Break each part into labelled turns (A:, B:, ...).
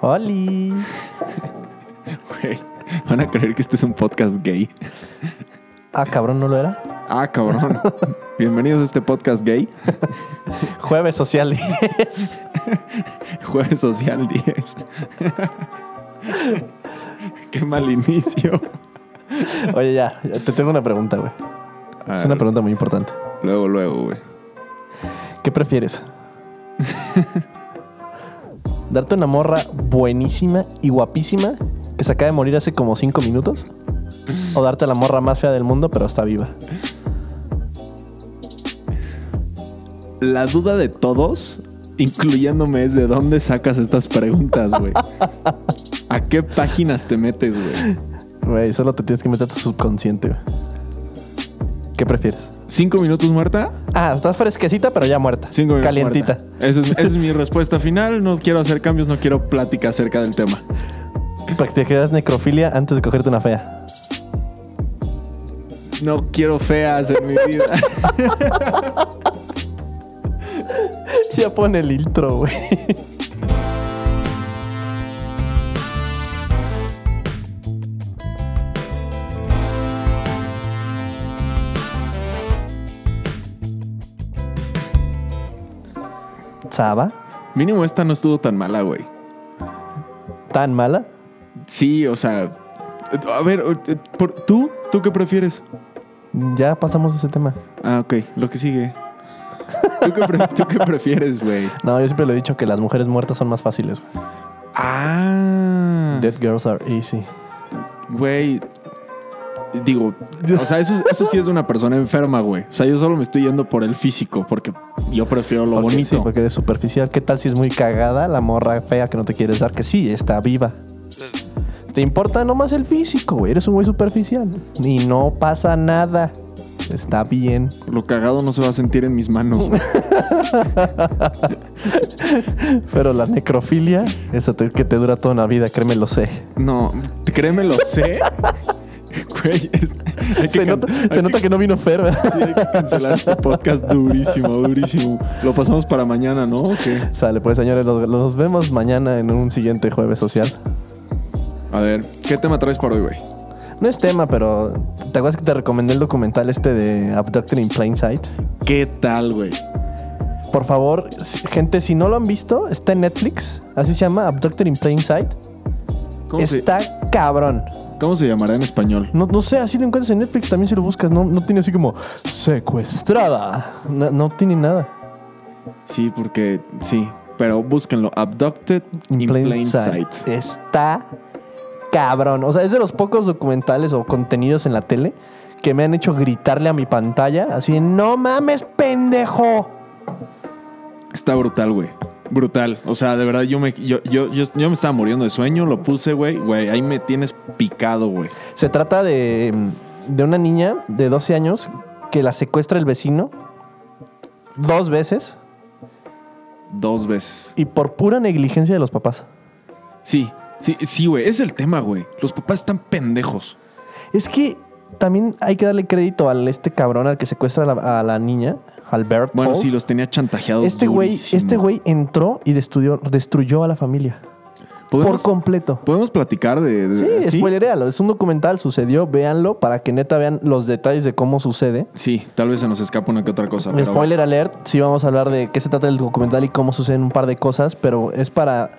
A: ¡Holi!
B: Güey, van a creer que este es un podcast gay.
A: Ah, cabrón, ¿no lo era?
B: Ah, cabrón. Bienvenidos a este podcast gay.
A: Jueves Social 10.
B: Jueves Social 10. Qué mal inicio.
A: Oye, ya, ya, te tengo una pregunta, güey.
B: A
A: Es
B: ver,
A: una pregunta muy importante.
B: Luego, luego, güey.
A: ¿Qué prefieres? ¿Darte una morra buenísima y guapísima que se acaba de morir hace como 5 minutos? ¿O darte la morra más fea del mundo pero está viva?
B: La duda de todos, incluyéndome, es de dónde sacas estas preguntas, güey. ¿A qué páginas te metes, güey?
A: Güey, solo te tienes que meter a tu subconsciente, güey. ¿Qué prefieres?
B: ¿Cinco minutos muerta?
A: Ah, estás fresquecita pero ya muerta.
B: Cinco minutos
A: Calientita.
B: muerta. Esa es, esa es mi respuesta final. No quiero hacer cambios, no quiero plática acerca del tema.
A: Practicarás necrofilia antes de cogerte una fea.
B: No quiero feas en mi vida.
A: Ya pone el intro, güey. ¿Saba?
B: Mínimo esta no estuvo tan mala, güey.
A: ¿Tan mala?
B: Sí, o sea. A ver, eh, por- ¿tú? ¿Tú qué prefieres?
A: Ya pasamos ese tema.
B: Ah, ok, lo que sigue. ¿Tú qué, pre- tú qué prefieres, güey?
A: No, yo siempre lo he dicho que las mujeres muertas son más fáciles. güey.
B: Ah.
A: Dead girls are easy.
B: Güey. Digo, o sea, eso, eso sí es de una persona enferma, güey. O sea, yo solo me estoy yendo por el físico, porque yo prefiero lo
A: Porque-
B: bonito.
A: sí, porque eres superficial. ¿Qué tal si es muy cagada la morra fea que no te quieres dar? Que sí, está viva. Te importa nomás el físico, güey. Eres un güey superficial. Y no pasa nada. Está bien.
B: Lo cagado no se va a sentir en mis manos, güey.
A: Pero la necrofilia, esa te- que te dura toda una vida, créeme, lo sé.
B: No, créeme, lo sé. Güey, es- hay que
A: Se,
B: can-
A: nota,
B: hay
A: se nota que no vino Fer, ¿verdad?
B: Sí, hay que cancelar este podcast durísimo, durísimo. Lo pasamos para mañana, ¿no? ¿O qué?
A: Sale, pues señores, los, los vemos mañana en un siguiente jueves social.
B: A ver, ¿qué tema traes para hoy, güey?
A: No es tema, pero ¿te acuerdas que te recomendé el documental este de Abducted in Plain Sight?
B: ¿Qué tal, güey?
A: Por favor, si- gente, si no lo han visto, está en Netflix. Así se llama, Abducted in Plain Sight.
B: ¿Cómo, se-
A: Está cabrón.
B: ¿Cómo se llamará en español?
A: No, no sé, así lo encuentras en Netflix también si lo buscas. No, no tiene así como secuestrada. No, no tiene nada.
B: Sí, porque sí. Pero búsquenlo. Abducted in, plain, sight.
A: Está cabrón. O sea, es de los pocos documentales o contenidos en la tele que me han hecho gritarle a mi pantalla así de, no mames, pendejo.
B: Está brutal, güey. Brutal. O sea, de verdad, yo me, yo, yo, yo, yo me estaba muriendo de sueño. Lo puse, güey. Güey, ahí me tienes picado, güey.
A: Se trata de, mm, de una niña de 12 años que la secuestra el vecino dos veces
B: Dos veces.
A: y por pura negligencia de los papás.
B: Sí, sí, sí, güey. Es el tema, güey. Los papás están pendejos.
A: Es que también hay que darle crédito al este cabrón al que secuestra a la, a la niña, Albert.
B: Bueno,
A: Paul.
B: sí, los tenía chantajeados.
A: este güey,
B: durísimo.
A: este güey entró y destruyó, destruyó a la familia por
B: ¿Podemos, pues,
A: completo.
B: podemos platicar de. de-
A: Sí, spoileréalo. Es un documental, sucedió, véanlo para que neta vean los detalles de cómo sucede.
B: Sí, tal vez se nos escapa una que otra cosa. pero-
A: Spoiler alert, sí vamos a hablar de qué se trata el documental y cómo suceden un par de cosas, pero es para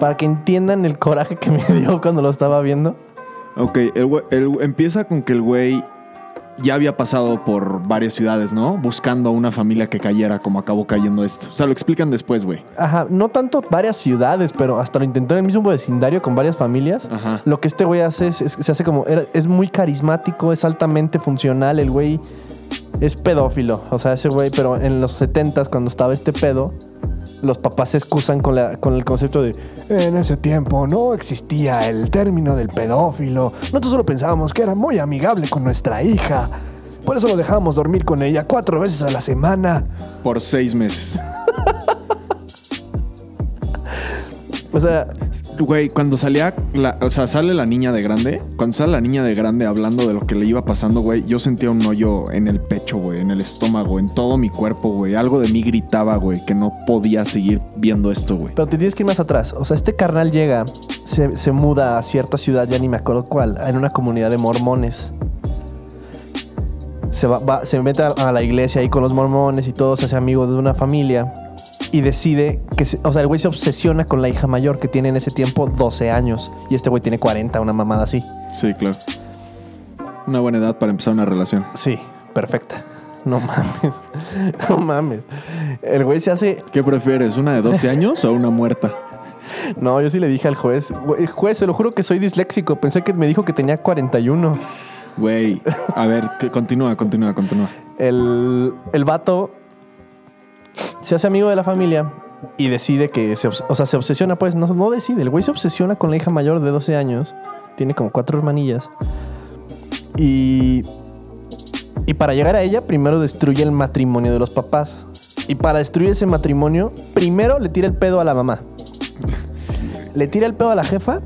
A: para que entiendan el coraje que me dio cuando lo estaba viendo.
B: Ok, el, güe- el- empieza con que el güey ya había pasado por varias ciudades, ¿no? Buscando a una familia que cayera, como acabó cayendo esto. O sea, lo explican después, güey.
A: Ajá, no tanto varias ciudades, pero hasta lo intentó en el mismo vecindario con varias familias.
B: Ajá.
A: Lo que este güey hace es, es- se hace como era- es muy carismático, es altamente funcional, el güey es pedófilo, o sea, ese güey, pero en los 70s cuando estaba este pedo los papás se excusan con, la- con el concepto de en ese tiempo no existía el término del pedófilo. Nosotros solo pensábamos que era muy amigable con nuestra hija. Por eso lo dejábamos dormir con ella cuatro veces a la semana.
B: Por seis meses.
A: O sea,
B: Güey, cuando salía, la- o sea, sale la niña de grande. Cuando sale la niña de grande hablando de lo que le iba pasando, güey, yo sentía un hoyo en el pecho, güey, en el estómago, en todo mi cuerpo, güey. Algo de mí gritaba, güey, que no podía seguir viendo esto, güey.
A: pero te tienes que ir más atrás. O sea, este carnal llega, se, se muda a cierta ciudad, ya ni me acuerdo cuál, en una comunidad de mormones. Se, va, va- se mete a, a la iglesia ahí con los mormones y todo, se hace amigo de una familia y decide que, se- o sea, el güey se obsesiona con la hija mayor que tiene en ese tiempo 12 años y este güey tiene 40, una mamada así.
B: Sí, claro. Una buena edad para empezar una relación.
A: Sí, perfecta. No mames. No mames. El güey se hace.
B: ¿Qué prefieres, una de 12 años o una muerta?
A: No, yo sí le dije al juez. "Güey, Juez, se lo juro que soy disléxico. Pensé que me dijo que tenía 41.
B: Güey, a ver, que- continúa, continúa, continúa.
A: El, el vato se hace amigo de la familia y decide que. Se, obs- o sea, se obsesiona, pues. No, no decide. El güey se obsesiona con la hija mayor de 12 años. Tiene como cuatro hermanillas. Y. Y para llegar a ella, primero destruye el matrimonio de los papás. Y para destruir ese matrimonio, primero le tira el pedo a la mamá. Le tira el pedo a la jefa.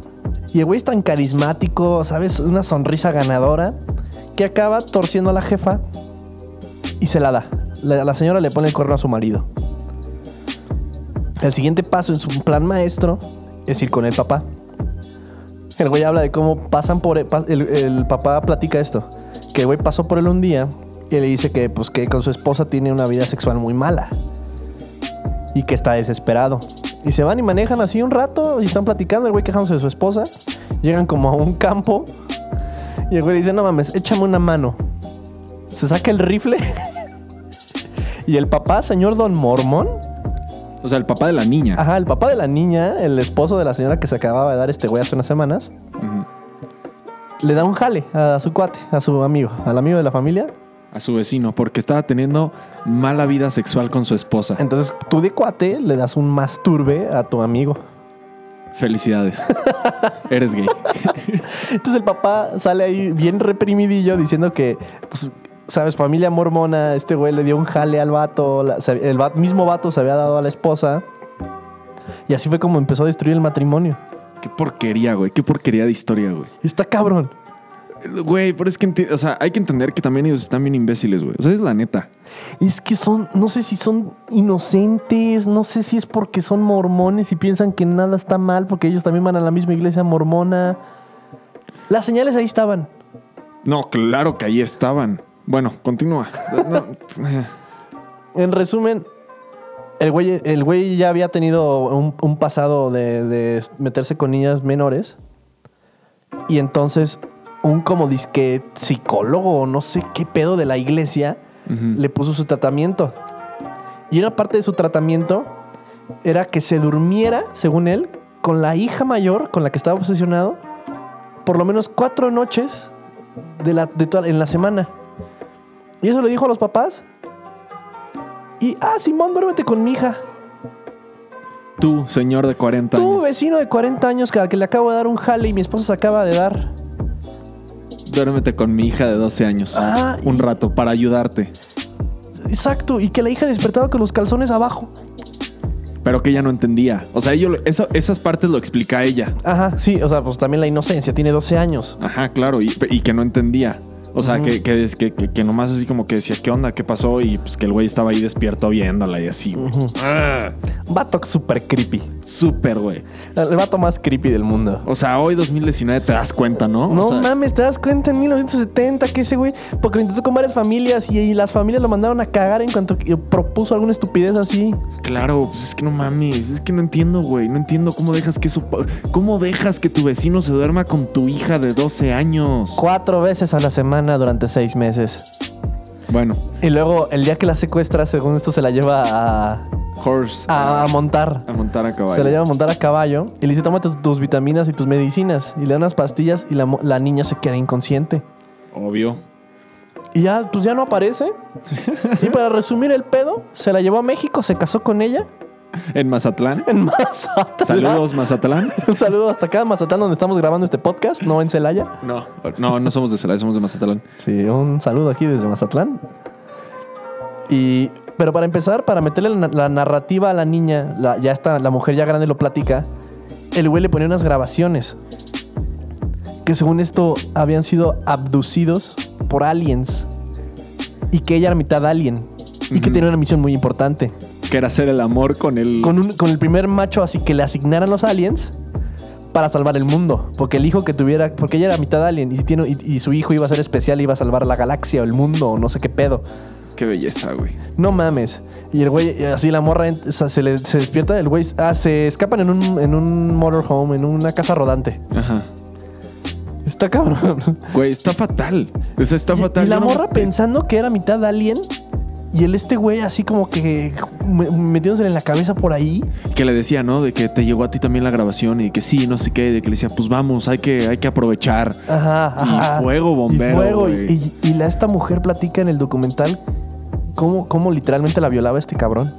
A: Y el güey es tan carismático, ¿sabes? Una sonrisa ganadora. Que acaba torciendo a la jefa y se la da. La, la señora le pone el corno a su marido. El siguiente paso en su plan maestro es ir con el papá. El güey habla de cómo pasan por... pa- El, el papá platica esto. Que el güey pasó por él un día y le dice que, pues, que con su esposa tiene una vida sexual muy mala. Y que está desesperado. Y se van y manejan así un rato y están platicando. El güey quejándose de su esposa. Llegan como a un campo. Y el güey le dice, no mames, échame una mano. Se saca el rifle. y el papá, señor Don Mormón.
B: O sea, el papá de la niña.
A: Ajá, el papá de la niña, el esposo de la señora que se acababa de dar este güey hace unas semanas.
B: Ujú.
A: le da un jale a su cuate, a su amigo, al amigo de la familia.
B: A su vecino, porque estaba teniendo mala vida sexual con su esposa.
A: Entonces tú de cuate le das un masturbe a tu amigo.
B: Felicidades. Eres gay.
A: Entonces el papá sale ahí bien reprimidillo diciendo que, pues, sabes, familia mormona, este güey le dio un jale al vato, la- se- el va- mismo vato se había dado a la esposa. Y así fue como empezó a destruir el matrimonio.
B: Qué porquería, güey. Qué porquería de historia, güey.
A: Está cabrón.
B: Eh, Güey, pero es que enti- o sea, hay que entender que también ellos están bien imbéciles, güey. O sea, es la neta.
A: Es que son, no sé si son inocentes, no sé si es porque son mormones y piensan que nada está mal porque ellos también van a la misma iglesia mormona. Las señales ahí estaban.
B: No, claro que ahí estaban. Bueno, continúa. No, eh.
A: En resumen, el güey, el güey ya había tenido un, un pasado de, de meterse con niñas menores. Y entonces, un como disque psicólogo o no sé qué pedo de la iglesia
B: Ujú.
A: le puso su tratamiento. Y una parte de su tratamiento era que se durmiera, según él, con la hija mayor con la que estaba obsesionado por lo menos cuatro noches de la, de toda- en la semana. Y eso le dijo a los papás. Y, ah, Simón, duérmete con mi hija.
B: Tú, señor de 40
A: Tú,
B: años,
A: vecino de 40 años, que al que le acabo de dar un jale y mi esposa se acaba de dar.
B: duérmete con mi hija de 12 años.
A: Ah,
B: un
A: y-
B: rato para ayudarte.
A: Exacto, y que la hija despertaba con los calzones abajo.
B: Pero que ella no entendía. O sea, ello, lo- eso- esas partes lo explica ella.
A: Ajá, sí, o sea, pues también la inocencia, tiene 12 años.
B: Ajá, claro, y, y que no entendía. O sea, que, que, des- que, que- que nomás así como que decía, ¿qué onda? ¿Qué pasó? Y pues que el güey estaba ahí despierto viéndola y así, güey.
A: Vato super creepy.
B: Súper, güey.
A: El vato más creepy del mundo.
B: O sea, hoy 2019 te das cuenta, ¿no? O
A: No
B: sea,
A: mames, ¿te das cuenta en 1970 que ese güey? Porque lo intentó con varias familias y, y las familias lo mandaron a cagar en cuanto que propuso alguna estupidez así.
B: Claro, pues es que no mames, es que no entiendo, güey. No entiendo cómo dejas que eso... pa- ¿Cómo dejas que tu vecino se duerma con tu hija de 12 años?
A: Cuatro veces a la semana durante seis meses.
B: Bueno,
A: Y luego, el día que la secuestra, según esto, se la lleva a,
B: horse.
A: a- a montar.
B: A montar a caballo.
A: Se la lleva a montar a caballo y le dice, tómate tu- tus vitaminas y tus medicinas. Y le da unas pastillas y la, mo- la niña se queda inconsciente.
B: Obvio.
A: Y ya, pues ya no aparece. y para resumir el pedo, se la llevó a México, se casó con ella
B: En Mazatlán.
A: en Mazatlán.
B: Saludos, Mazatlán.
A: Un saludo hasta acá, Mazatlán, donde estamos grabando este podcast, no en Celaya.
B: No, no, no somos de Celaya, somos de Mazatlán.
A: Sí, un saludo aquí desde Mazatlán. Y, pero para empezar, para meterle la, la narrativa a la niña, la, ya está, la mujer ya grande lo platica, el güey le ponía unas grabaciones que según esto habían sido abducidos por aliens y que ella era mitad alien y que
B: Ujú.
A: tenía una misión muy importante.
B: Que era hacer el amor con el.
A: Con, un- con el primer macho así que le asignaran los aliens para salvar el mundo. Porque el hijo que tuviera, porque ella era mitad alien y, si tiene, y, y su hijo iba a ser especial, iba a salvar la galaxia o el mundo o no sé qué pedo.
B: Qué belleza, güey.
A: No mames. Y el güey, eh, así la morra ent- o sea, se, le- se despierta, el güey, ah, se escapan en un, en un motorhome, en una casa rodante.
B: Ajá.
A: Está cabrón.
B: Güey, está fatal. O sea, está
A: Y-
B: fatal.
A: Y, la
B: Yo no-
A: morra pensando que era mitad alien. Y el este güey así como que me- metiéndose en la cabeza por ahí.
B: Que le decía, ¿no? De que te llegó a ti también la grabación y que sí, no sé qué. De que le decía, pues vamos, hay que, hay que aprovechar.
A: Ajá, ajá.
B: fuego bombero,
A: Y fuego. Y,
B: güey.
A: y- y la, esta mujer platica en el documental cómo, cómo literalmente la violaba este cabrón.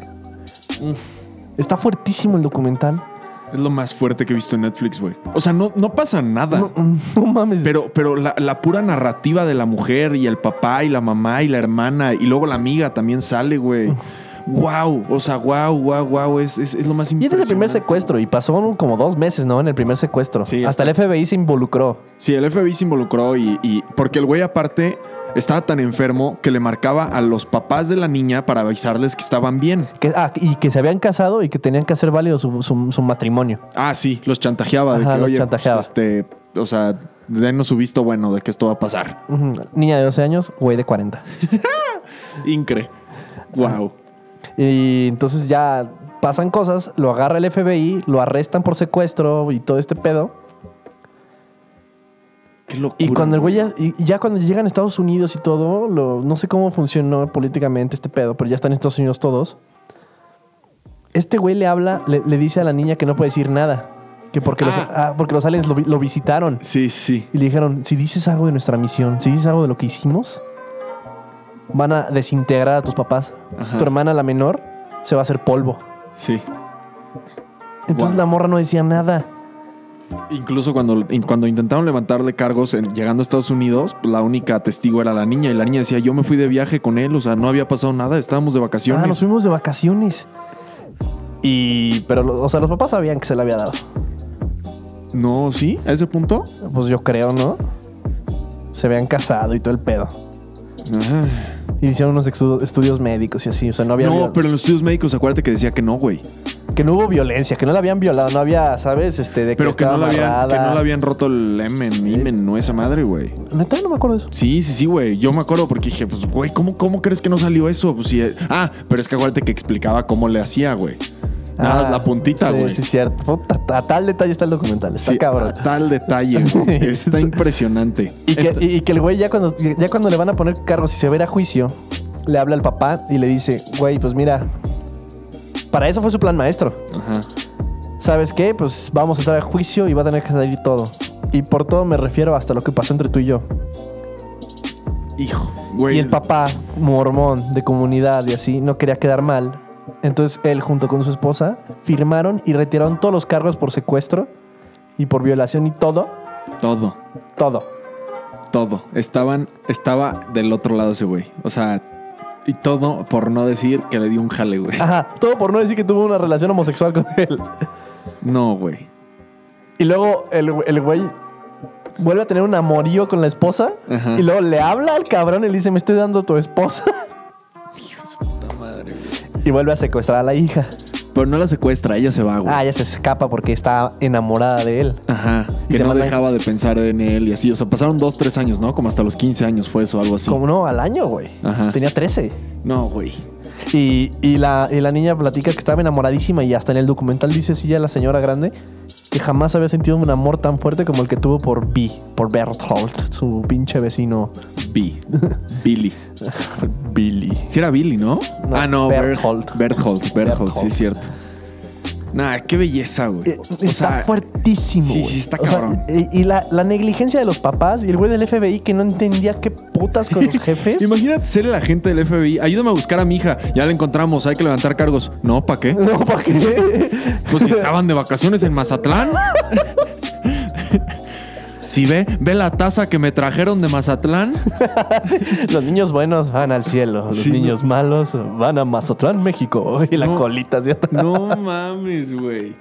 A: Está fuertísimo el documental.
B: Es lo más fuerte que he visto en Netflix, güey. O sea, no, no pasa nada.
A: No, no mames.
B: Pero, pero la, la pura narrativa de la mujer y el papá y la mamá y la hermana y luego la amiga también sale, güey. Wow, o sea, wow, wow, wow, es, es, es lo más
A: y este es el
B: impresionante.
A: primer secuestro. Y pasó como dos meses, ¿no? En el primer secuestro.
B: Sí,
A: Hasta el FBI se involucró.
B: Sí, el FBI se involucró y, y- porque el güey aparte estaba tan enfermo que le marcaba a los papás de la niña para avisarles que estaban bien.
A: Que, ah, y que se habían casado y que tenían que hacer válido su- su- su matrimonio.
B: Ah, sí, los chantajeaba de
A: Ajá,
B: que,
A: los
B: oye, pues,
A: chantajeaba.
B: este, o sea, denos su visto bueno de que esto va a pasar.
A: Ujú. Niña de 12 años, güey de 40.
B: Incre.
A: Ah.
B: Wow.
A: Y entonces ya pasan cosas, lo agarra el FBI, lo arrestan por secuestro y todo este pedo.
B: Qué locura.
A: Y cuando el güey ya, y y ya cuando llegan a Estados Unidos y todo, lo- no sé cómo funcionó políticamente este pedo, pero ya están en Estados Unidos todos. Este güey le habla, le, le dice a la niña que no puede decir nada. Que porque, los,
B: Ah.
A: ah, porque los aliens lo, vi- lo visitaron.
B: Sí, sí.
A: Y le dijeron, si dices algo de nuestra misión, si dices algo de lo que hicimos, van a desintegrar a tus papás.
B: Ajá.
A: Tu hermana, la menor, se va a hacer polvo.
B: Sí.
A: Entonces la
B: Guau.
A: morra no decía nada. "Ah,
B: Incluso cuando, in- cuando intentaron levantarle cargos en- llegando a Estados Unidos, pues, la única testigo era la niña. Y la niña decía, yo me fui de viaje con él, o sea, no había pasado nada, estábamos de vacaciones.
A: Ah, nos fuimos de vacaciones. Y, pero, lo- o sea, los papás sabían que se la había dado.
B: No, sí, a ese punto.
A: Pues yo creo, ¿no? Se habían casado y todo el pedo.
B: Ajá.
A: Y hicieron unos estu- estudios médicos y así. O sea, no había.
B: No,
A: viol-
B: pero en los estudios médicos acuérdate que decía que no, güey.
A: Que no hubo violencia, que no la habían violado, no había, ¿sabes? Este, de que
B: Pero que
A: estaba
B: no, le habían, que
A: amarrada.
B: no le habían roto el emen, imen, no esa madre, güey.
A: Neta, no me acuerdo de eso.
B: Sí, sí, sí, güey. Yo me acuerdo porque dije, pues, güey, ¿cómo, ¿cómo crees que no salió eso? Pues sí, eh, Ah, pero es que acuérdate que explicaba cómo le hacía, güey. Nada,
A: Ah,
B: la puntita,
A: sí,
B: güey.
A: Sí, cierto. Puta, a tal detalle está el documental. Está
B: Sí, Ah,
A: cabrón.
B: a Tal detalle, güey. Está impresionante.
A: Y que,
B: Ento-
A: y- y que el güey ya cuando, ya cuando le van a poner cargos y se va a ir a juicio, le habla al papá y le dice, güey, pues mira, para eso fue su plan maestro.
B: Ajá.
A: ¿Sabes qué? Pues vamos a entrar a juicio y va a tener que salir todo. Y por todo me refiero hasta lo que pasó entre tú y yo.
B: Hijo. Güey.
A: Y el papá, mormón, de comunidad y así, no quería quedar mal. Entonces él junto con su esposa firmaron y retiraron todos los cargos por secuestro y por violación y todo,
B: Todo.
A: todo.
B: Todo. Estaban, estaba del otro lado ese güey. O sea, y todo por no decir que le dio un jale, güey.
A: Ajá, todo por no decir que tuvo una relación homosexual con él.
B: No, güey.
A: Y luego el, el güey vuelve a tener un amorío con la esposa.
B: Ajá.
A: Y luego le habla al cabrón y le dice, me estoy dando tu esposa.
B: Puta madre, güey.
A: Y vuelve a secuestrar a la hija.
B: Pero no la secuestra, ella se va, güey.
A: Ah, ella se escapa porque está enamorada de él.
B: Ajá.
A: Y
B: Que
A: se
B: no
A: manda-
B: dejaba de pensar en él y así. O sea, pasaron dos, tres años, ¿no? Como hasta los 15 años fue eso, algo así.
A: Como no, al año, güey.
B: Ajá.
A: Tenía 13.
B: No, güey.
A: Y, y la, y la niña platica que estaba enamoradísima y hasta en el documental dice sí ya la señora grande que jamás había sentido un amor tan fuerte como el que tuvo por B, por Bertolt, su pinche vecino
B: B. Billy.
A: Billy.
B: Sí era Billy, ¿no?
A: No,
B: ah, no,
A: Berthold.
B: Berthold. Berthold, Berthold, sí
A: Berthold.
B: es cierto. Nah, qué belleza, güey.
A: Eh,
B: O
A: Está
B: sea,
A: fuertísimo.
B: sí,
A: güey.
B: sí, está
A: O sea,
B: cabrón.
A: y y la, la negligencia de los papás y el güey del FBI que no entendía qué putas con los jefes.
B: Imagínate ser el agente del FBI. Ayúdame a buscar a mi hija. Ya la encontramos, hay que levantar cargos. No, ¿para qué?
A: no, ¿para qué?
B: Pues si estaban de vacaciones en Mazatlán. Si ve, ve la taza que me trajeron de Mazatlán.
A: Los niños buenos van al cielo, los
B: Sí,
A: niños malos van a Mazatlán, México. Y la
B: No.
A: colita así atrás.
B: No mames, güey.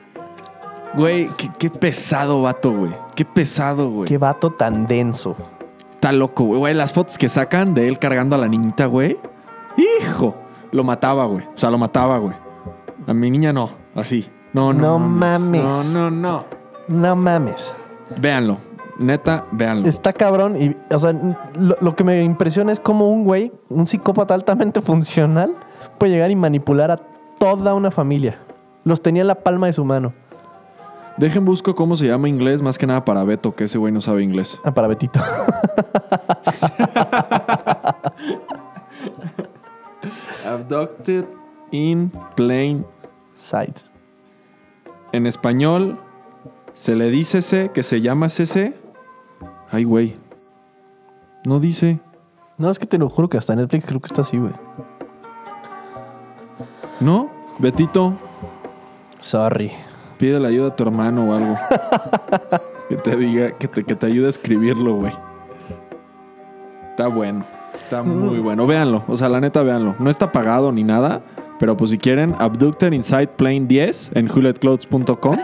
B: Güey, qué, qué pesado vato, güey. Qué pesado, güey.
A: Qué vato tan denso.
B: Está loco, güey. Güey, Las fotos que sacan de él cargando a la niñita, güey. Hijo. Lo mataba, güey. O sea, lo mataba, güey. A mi niña no. Así. No, no.
A: No mames.
B: No, no, no.
A: No mames.
B: Véanlo. Neta, véanlo.
A: Está cabrón y, o sea, lo, lo que me impresiona es cómo un güey, un psicópata altamente funcional, puede llegar y manipular a toda una familia. Los tenía en la palma de su mano.
B: Dejen busco cómo se llama inglés, más que nada para Beto, que ese güey no sabe inglés.
A: Ah, para Betito.
B: Abducted in plain.
A: Side.
B: En español, se le dice ese que se llama ese. Ay, güey. No dice.
A: No, es que te lo juro que hasta Netflix creo que está así, güey.
B: ¿No? Betito,
A: Sorry.
B: pide la ayuda a tu hermano o algo. que te diga, que te, que te ayude a escribirlo, güey. Está bueno. Está muy bueno. Véanlo. O sea, la neta, véanlo. No está pagado ni nada. Pero pues si quieren, Abducted Inside Plane 10 en HewlettClothes.com.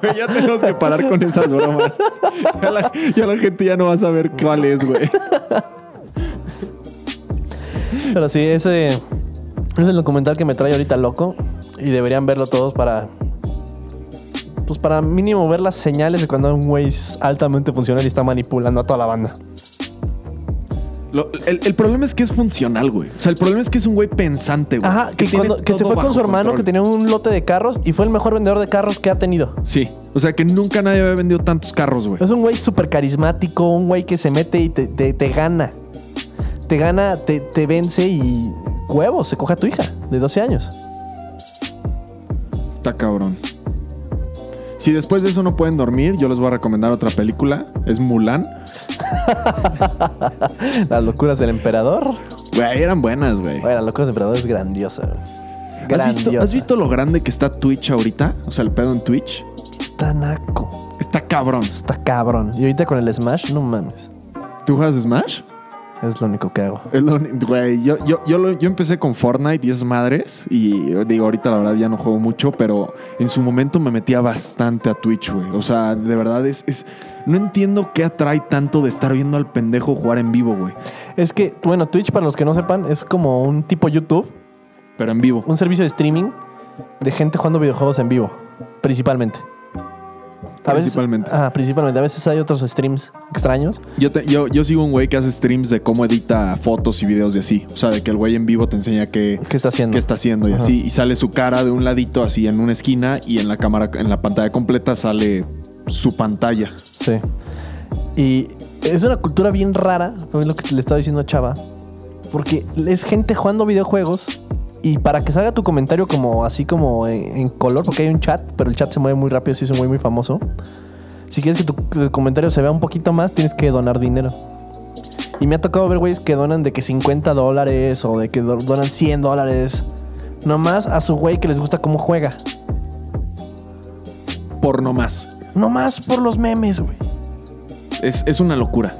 B: Güey, ya tenemos que parar con esas bromas. Ya la, ya la gente ya no va a saber cuál es, güey.
A: Pero sí, ese es el documental que me trae ahorita loco. Y deberían verlo todos para. Pues para mínimo ver las señales de cuando un güey es altamente funcional y está manipulando a toda la banda.
B: Lo- el, el problema es que es funcional, güey. O sea, el problema es que es un güey pensante, güey.
A: Ajá, que,
B: tiene
A: cuando- que se
B: todo
A: fue con
B: bajo
A: su hermano
B: control.
A: que tenía un lote de carros y fue el mejor vendedor de carros que ha tenido.
B: Sí. O sea, que nunca nadie había vendido tantos carros, güey.
A: Es un güey súper carismático, un güey que se mete y te, te- te gana. Te gana, te, te vence y huevos, se coge a tu hija de 12 años.
B: Está cabrón. Si después de eso no pueden dormir, yo les voy a recomendar otra película. Es Mulan.
A: Las locuras del emperador.
B: Güey, eran buenas, güey.
A: Oye, las locuras del emperador es grandiosa. güey.
B: ¿Has visto,
A: Grandiosa.
B: has visto lo grande que está Twitch ahorita? O sea, el pedo en Twitch.
A: Está naco.
B: Está cabrón.
A: Está cabrón. Y ahorita con el Smash, no mames.
B: ¿Tú juegas Smash?
A: Es lo único que hago.
B: Es lo uni- Güey, yo, yo, yo, lo- yo empecé con Fortnite y esas madres. Y digo, ahorita la verdad ya no juego mucho, pero en su momento me metía bastante a Twitch, güey. O sea, de verdad es, es. No entiendo qué atrae tanto de estar viendo al pendejo jugar en vivo, güey.
A: Es que, bueno, Twitch, para los que no sepan, es como un tipo YouTube,
B: Pero en vivo.
A: un servicio de streaming de gente jugando videojuegos en vivo, principalmente. A veces-
B: Principalmente.
A: ah, principalmente. A veces hay otros streams extraños.
B: Yo, te- yo, yo sigo un güey que hace streams de cómo edita fotos y videos y así. O sea, de que el güey en vivo te enseña qué,
A: ¿Qué está haciendo?
B: qué está haciendo y
A: Ajá.
B: así. Y sale su cara de un ladito así en una esquina y en la cámara, en la pantalla completa sale su pantalla.
A: Sí. Y es una cultura bien rara, fue lo que le estaba diciendo a Chava, porque es gente jugando videojuegos y para que salga tu comentario como así como en, en color, porque hay un chat, pero el chat se mueve muy rápido, si es un güey muy famoso. Si quieres que tu tu comentario se vea un poquito más, tienes que donar dinero. Y me ha tocado ver güeyes que donan de que 50 dólares o de que do- donan 100 dólares. Nomás a su güey que les gusta cómo juega.
B: Por no más.
A: Nomás por los memes, güey.
B: Es, es una locura.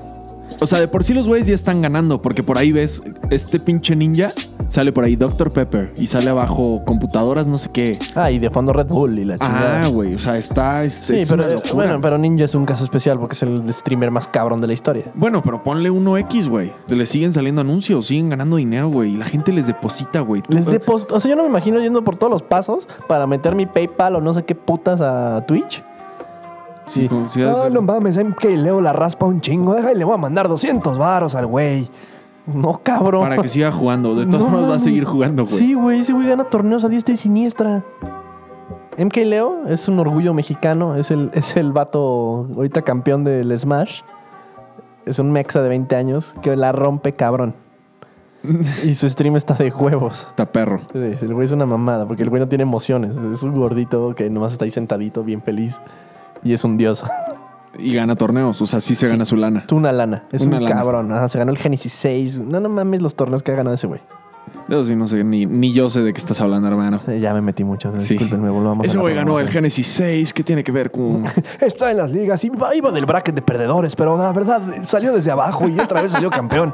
B: O sea, de por sí los güeyes ya están ganando, porque por ahí ves este pinche ninja, sale por ahí Dr. Pepper y sale abajo computadoras, no sé qué.
A: Ah, y de fondo Red Bull y la chingada.
B: Ah, güey, o sea, está. este,
A: Sí,
B: es
A: pero
B: una
A: eh,
B: locura.
A: bueno, pero Ninja es un caso especial porque es el streamer más cabrón de la historia.
B: Bueno, pero ponle 1X, güey. Le siguen saliendo anuncios, siguen ganando dinero, güey. Y la gente les deposita, güey. Tú- eh,
A: Les deposito, o sea, yo no me imagino yendo por todos los pasos para meter mi PayPal o no sé qué putas a Twitch.
B: Sí, como si hace-
A: no, Ah, no mames, MK Leo la raspa un chingo, deja y le voy a mandar 200 varos al güey. No, cabrón.
B: Para que siga jugando. De todas
A: No
B: formas, va a
A: mames.
B: seguir jugando, güey.
A: Sí, güey, ese güey gana torneos a diestra y siniestra. MK Leo es un orgullo mexicano, es el, es el vato ahorita campeón del Smash. Es un mexa de 20 años que la rompe cabrón. y su stream está de huevos.
B: Está perro.
A: Sí, El güey es una mamada porque el güey no tiene emociones. Es un gordito que nomás está ahí sentadito, bien feliz. Y es un dios.
B: Y gana torneos. O sea, sí se gana su lana.
A: Es una lana. Es
B: Una
A: un
B: lana.
A: cabrón. Ajá, se ganó el Genesis 6. No, no mames los torneos que ha ganado ese güey.
B: Eso sí, no sé. Ni, ni yo sé de qué estás hablando, hermano.
A: Sí, Ya me metí mucho.
B: Sí.
A: Disculpenme, volvamos a
B: Ese
A: la
B: güey ganó el
A: programación.
B: Genesis 6. ¿Qué tiene que ver con.?
A: Está en las ligas y iba iba del bracket de eh, perdedores, pero la verdad salió desde abajo y otra vez salió campeón.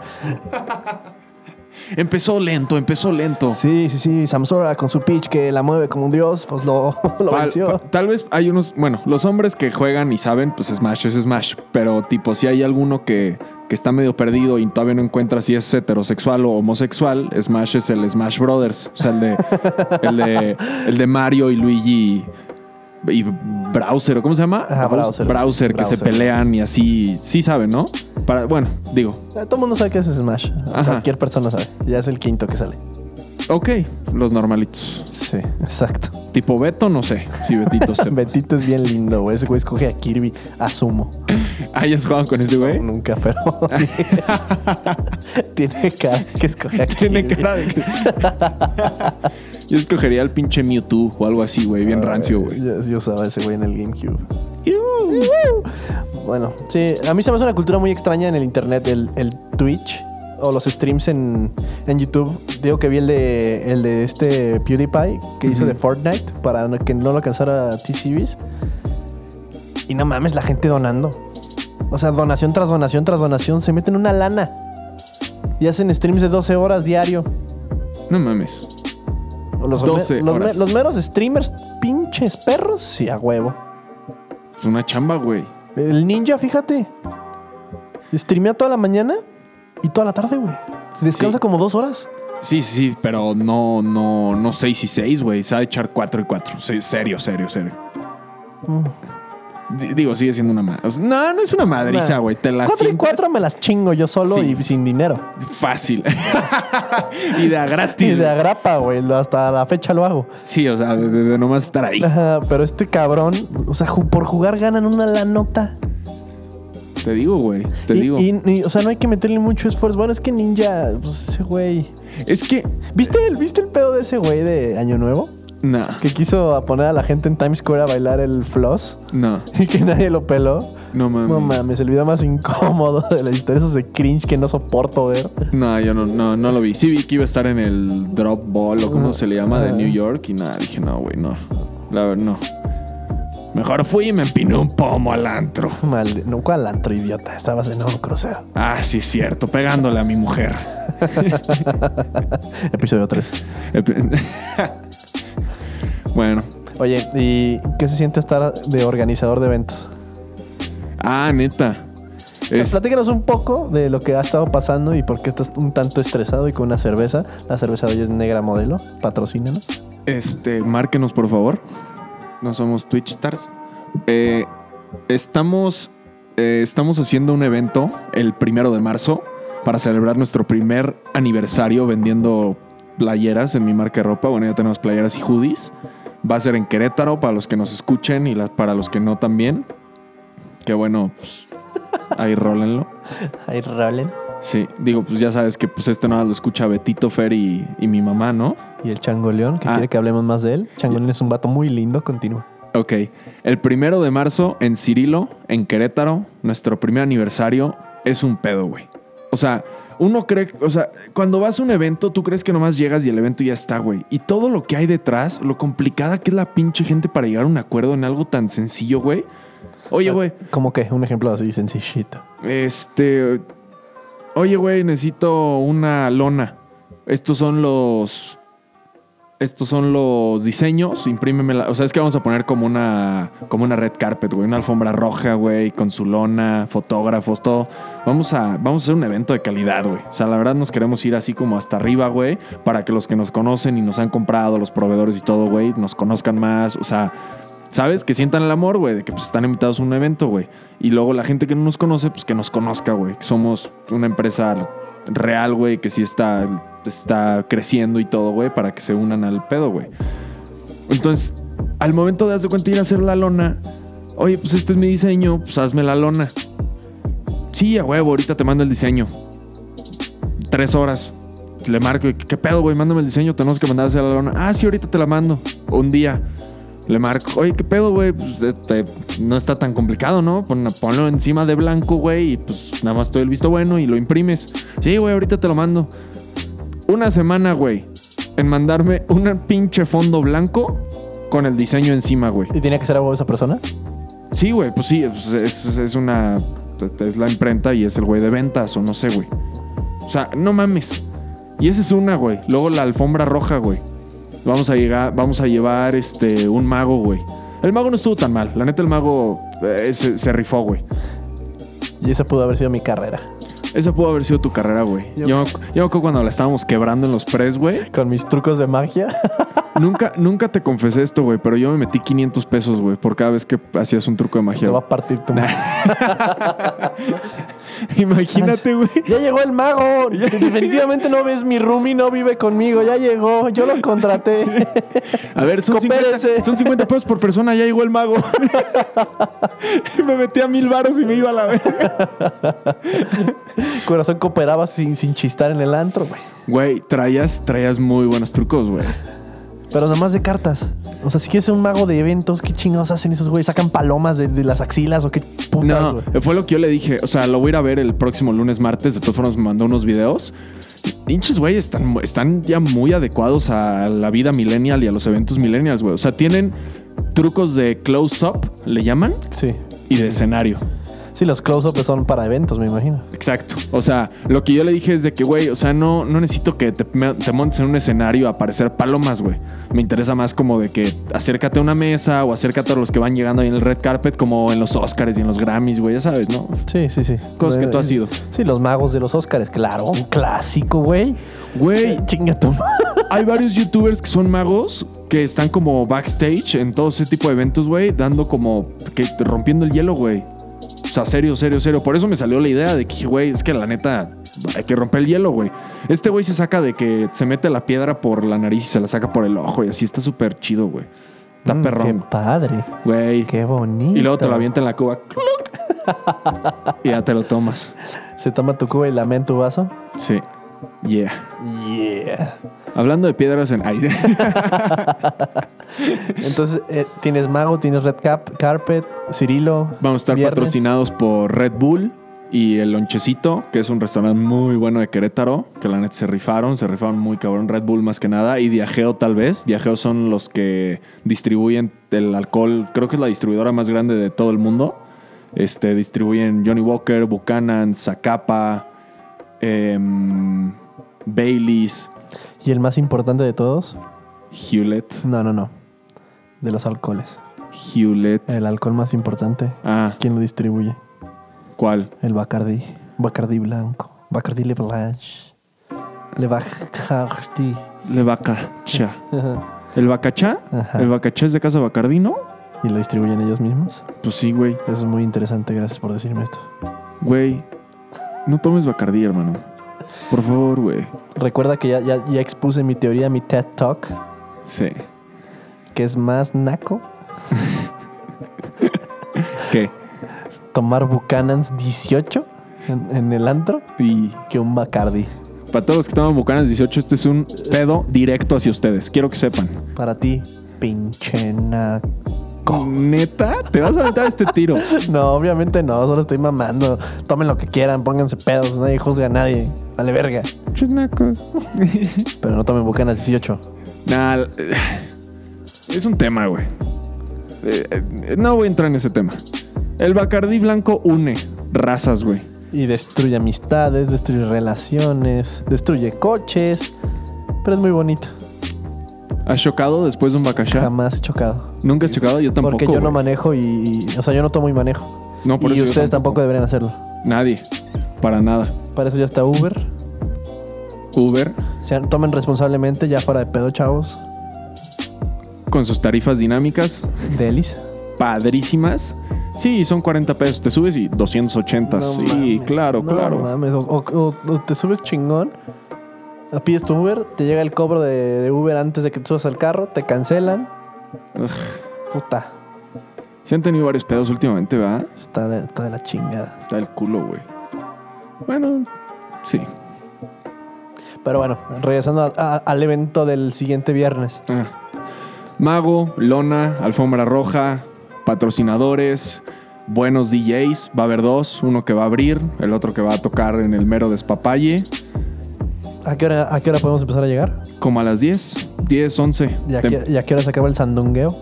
B: Empezó lento, empezó lento.
A: Sí, sí, sí. Samsora con su pitch que la mueve como un dios, pues lo, lo
B: Pal-
A: venció.
B: pa- tal vez hay unos, bueno, los hombres que juegan y saben, pues Smash es Smash, pero tipo si hay alguno que, que está medio perdido y todavía no encuentra si es heterosexual o homosexual, Smash es el Smash Brothers, o sea, el de, el de, el de Mario y Luigi y, y Browser, ¿o ¿cómo se llama?
A: Ajá, Bowser.
B: Browser, que se
A: Bowser.
B: pelean y así, sí saben, ¿no? Para, bueno, digo,
A: Eh, Todo el mundo sabe que es Smash.
B: Ajá.
A: Cualquier persona sabe. Ya es el quinto que sale.
B: ok, los normalitos.
A: Sí, exacto.
B: Tipo Beto, no sé, si Betito se...
A: Betito es bien lindo, güey. Ese güey escoge a Kirby, asumo.
B: ¿Hayas jugado con ese güey?
A: Nunca, pero. Tiene cara que escoge a Kirby.
B: Tiene cara de que- Yo escogería el pinche Mewtwo o algo así, güey. Bien rancio, güey.
A: Yo, yo usaba ese güey en el GameCube. Bueno, sí, a mí se me hace una cultura muy extraña en el internet, el, el Twitch o los streams en, en YouTube. Digo que vi el de, el de este PewDiePie que hizo
B: Ujú.
A: de Fortnite para no- que no lo alcanzara T-Series. Y no mames, la gente donando. O sea, donación tras donación tras donación, se meten una lana. Y hacen streams de 12 horas diario.
B: No mames.
A: O Los,
B: 12
A: los,
B: horas.
A: los meros streamers, pinches perros, sí, a huevo.
B: Es una chamba, güey.
A: El ninja, fíjate. Streamea toda la mañana y toda la tarde, güey. Se descansa
B: Sí.
A: como dos horas.
B: Sí, sí, pero no, no, no 6 y 6, güey. Se va a echar 4 y 4. serio, serio, serio. D- Digo, sigue siendo una madre. no, no es una madriza,
A: Mm. Nah.
B: güey. Te la
A: cuatro y
B: sientas
A: cuatro me las chingo yo solo
B: Sí.
A: y sin dinero.
B: fácil. y de a gratis.
A: Y de agrapa, güey. lo- Hasta la fecha lo hago.
B: Sí, o sea, de, de- de nomás estar ahí.
A: Ajá, pero este cabrón, o sea, ju- por jugar ganan una la nota.
B: Te digo, güey. Te
A: y,
B: digo.
A: y- y, o sea, no hay que meterle mucho esfuerzo. Bueno, es que ninja, pues ese güey.
B: Es que.
A: ¿Viste el, ¿Viste el pedo de ese güey de Año Nuevo?
B: No,
A: Que quiso a poner a la gente en Times Square a bailar el floss
B: no,
A: y que nadie lo peló.
B: no mames.
A: No mames, el video más incómodo de la historia, esos de cringe que no soporto ver.
B: No, yo no, no, no lo vi. Sí vi que iba a estar en el Drop Ball o como se le llama de
A: Ah.
B: New York y nada, dije, no, güey, no. La verdad, no. Mejor fui y me empiné un pomo al antro.
A: Malde no, ¿cuál antro, idiota? Estabas en un crucero.
B: Ah, sí, cierto, pegándole a mi mujer.
A: Episodio 3.
B: bueno.
A: Oye, ¿y qué se siente estar de organizador de eventos?
B: Ah, neta.
A: Pues,
B: Es-
A: Platícanos un poco de lo que ha estado pasando y por qué estás un tanto estresado y con una cerveza. La cerveza de hoy es negra modelo. Patrocínanos.
B: Este, márquenos por favor. No somos Twitch Stars. Eh, estamos, eh, estamos haciendo un evento el primero de marzo para celebrar nuestro primer aniversario vendiendo playeras en mi marca de ropa. Bueno, ya tenemos playeras y hoodies. Va a ser en Querétaro para los que nos escuchen y las para los que no también. Que bueno, pues, ahí rólenlo.
A: Ahí Ralen
B: Sí, digo, pues ya sabes que pues este nada lo escucha Betito Fer y, y mi mamá, ¿no?
A: y el Chango León, que
B: Ah.
A: quiere que hablemos más de él. Chango León es un vato muy lindo, continúa.
B: Ok. El primero de marzo en Cirilo, en Querétaro, nuestro primer aniversario, es un pedo, güey. O sea, uno cree, o sea, cuando vas a un evento, tú crees que nomás llegas y el evento ya está, güey. Y todo lo que hay detrás, lo complicada que es la pinche gente para llegar a un acuerdo en algo tan sencillo, güey. Oye,
A: Ah,
B: güey,
A: ¿Cómo que? Un ejemplo así sencillito.
B: este. Oye, güey, necesito una lona. Estos son los. Estos son los diseños. Imprímemela. O sea, es que vamos a poner como una. Como una red carpet, güey. Una alfombra roja, güey. Con su lona, fotógrafos, todo. Vamos a, vamos a hacer un evento de calidad, güey. O sea, la verdad nos queremos ir así como hasta arriba, güey. Para que los que nos conocen y nos han comprado, los proveedores y todo, güey, nos conozcan más. O sea, ¿Sabes? Que sientan el amor, güey, de que pues, están invitados a un evento, güey. Y luego la gente que no nos conoce, pues que nos conozca, güey. Que somos una empresa real, güey, que sí está, está creciendo y todo, güey, para que se unan al pedo, güey. Entonces, al momento de, haz de cuenta, ir a hacer la lona, oye, pues este es mi diseño, pues hazme la lona. Sí, a huevo, ahorita te mando el diseño. Tres horas. Le marco, y, ¿qué pedo, güey? Mándame el diseño, tenemos que mandar a hacer la lona. Ah, sí, ahorita te la mando. Un día. Le marco, oye, ¿qué pedo, güey? Pues, este, no está tan complicado, ¿no? Pon- ponlo encima de blanco, güey, y pues nada más todo el visto bueno y lo imprimes. Sí, güey, ahorita te lo mando. Una semana, güey, en mandarme un pinche fondo blanco con el diseño encima, güey.
A: ¿Y tenía que ser a huevo esa persona?
B: Sí, güey, pues sí, pues, es, es una. Es la imprenta y es el güey de ventas, o no sé, güey. O sea, no mames. Y esa es una, güey. Luego la alfombra roja, güey. Vamos a llegar, vamos a llevar este un mago, güey. El mago no estuvo tan mal. La neta, el mago eh, se, se rifó, güey.
A: Y esa pudo haber sido mi carrera.
B: Esa pudo haber sido tu carrera, güey. Yo,
A: Yo-
B: me acu- yo me acuerdo cuando la estábamos quebrando en los pres, güey.
A: Con mis trucos de magia.
B: nunca, nunca te confesé esto, güey, pero yo me metí 500 pesos, güey, por cada vez que hacías un truco de
A: Te
B: magia.
A: va a partir tu madre.
B: Imagínate, güey.
A: Ya llegó el mago. Definitivamente no ves mi roomie, no vive conmigo. Ya llegó. Yo lo contraté.
B: A ver, son 50,
A: Coopérense.
B: son 50 pesos por persona, ya llegó el mago. Y me metí a mil varos y me iba a la verga.
A: Corazón cooperaba sin, sin chistar en el antro, güey.
B: Güey, traías, traías muy buenos trucos, güey.
A: Pero nada más de cartas. O sea, si quieres ser un mago de eventos, ¿qué chingados hacen esos güeyes? ¿Sacan palomas de, de las axilas o qué putas,
B: No,
A: güey?
B: fue lo que yo le dije. O sea, lo voy a ir a ver el próximo lunes, martes. De todas formas, me mandó unos videos. Pinches, güey, están, están ya muy adecuados a la vida millennial y a los eventos millennials, güey. O sea, tienen trucos de close-up, le llaman,
A: Sí.
B: y de escenario.
A: Sí, los close-ups son para eventos, me imagino.
B: Exacto. O sea, lo que yo le dije es de que, güey, o sea, no, no necesito que te, me- te montes en un escenario a aparecer palomas, güey. Me interesa más como de que acércate a una mesa o acércate a los que van llegando ahí en el red carpet, como en los Oscars y en los Grammys, güey, ya sabes, ¿no?
A: Sí, sí, sí.
B: Cosas que tú has ido.
A: Sí, los magos de los Óscares, claro. Un clásico, güey.
B: Güey,
A: Chinga tu madre.
B: hay varios youtubers que son magos que están como backstage en todo ese tipo de eventos, güey, dando como que rompiendo el hielo, güey. O sea, serio, serio, serio. Por eso me salió la idea de que, güey, es que la neta hay que romper el hielo, güey. Este güey se saca de que se mete la piedra por la nariz y se la saca por el ojo y así está súper chido, güey. Está
A: Mm, Qué
B: perrón,
A: padre.
B: güey.
A: Qué bonito.
B: Y luego te lo avienta en la cuba. y ya te lo tomas.
A: Se toma tu cuba y la mea en tu vaso.
B: Sí. Yeah.
A: Yeah.
B: Hablando de piedras en... Ay,
A: Entonces, eh, tienes mago, tienes red cap, carpet, Cirilo.
B: Vamos a estar
A: viernes.
B: patrocinados por Red Bull y El Lonchecito, que es un restaurante muy bueno de Querétaro, que la neta se rifaron, se rifaron muy cabrón. Red Bull más que nada y Diageo tal vez. Diageo son los que distribuyen el alcohol, creo que es la distribuidora más grande de todo el mundo. Este, distribuyen Johnny Walker, Buchanan, Zacapa, em, Baileys,
A: Y el más importante de todos.
B: Hewlett,
A: No, no, no. De los alcoholes.
B: Hewlett.
A: El alcohol más importante.
B: Ah,
A: ¿Quién lo distribuye?
B: ¿cuál?
A: El Bacardi. Bacardi blanco. Bacardi Le Blanche. Le Bacardi.
B: Le Bacacha.
A: Ajá.
B: ¿El Bacachá?
A: Ajá.
B: ¿El Bacachá es de Casa Bacardino?
A: ¿Y lo distribuyen ellos mismos?
B: Pues sí, güey.
A: Eso es muy interesante. Gracias por decirme esto.
B: Güey, no tomes Bacardí, hermano. Por favor, güey.
A: Recuerda que ya, ya, ya expuse mi teoría, mi TED Talk,
B: Sí.
A: que es más naco
B: ¿Qué?
A: tomar Buchanan's 18 en, en el antro
B: Y
A: que un Bacardi.
B: para todos los que toman Bucanas 18, este es un pedo directo hacia ustedes. Quiero que sepan.
A: Para ti, pinche naco.
B: ¿Neta? ¿Te vas a aventar este tiro?
A: No, obviamente no, solo estoy mamando. Tomen lo que quieran, pónganse pedos, nadie juzga a nadie. Vale verga.
B: Chusnacos.
A: Pero no tomen Bucanas 18.
B: Nah, l- es un tema, güey. Eh, eh, No voy a entrar en ese tema. El Bacardí blanco une razas, güey.
A: Y destruye amistades, destruye relaciones, destruye coches. Pero es muy bonito.
B: ¿Has chocado después de un Bacachá?
A: Jamás he chocado.
B: Nunca has chocado, yo tampoco.
A: Porque yo no
B: güey.
A: manejo y, y- O sea, yo no tomo y manejo.
B: No, por
A: y
B: eso yo
A: ustedes tampoco
B: tampoco.
A: deberían hacerlo.
B: Nadie. Para nada.
A: Para eso ya está Uber.
B: Uber
A: Sean, tomen responsablemente, ya fuera de pedo, chavos.
B: con sus tarifas dinámicas
A: Delis.
B: padrísimas. Sí, son 40 pesos. Te subes y 280.
A: No
B: sí,
A: mames,
B: claro,
A: no
B: claro.
A: mames, O, o- o- o te subes chingón, pides tu Uber, te llega el cobro de, de Uber antes de que te subas al carro, te cancelan.
B: Ugh.
A: Puta,
B: Se han tenido varios pedos últimamente, ¿verdad?
A: está de, está de la chingada.
B: Está el culo, güey. Bueno, sí.
A: Pero bueno, regresando a- a- al evento del siguiente viernes.
B: Ah. Mago, lona, alfombra roja, patrocinadores, buenos DJs. Va a haber dos. Uno que va a abrir, el otro que va a tocar en el mero despapalle.
A: ¿A qué hora, a qué hora podemos empezar a llegar?
B: Como a las 10, 10, 11.
A: ¿Y a,
B: Tem-
A: qué, y a qué hora se acaba el sandungueo?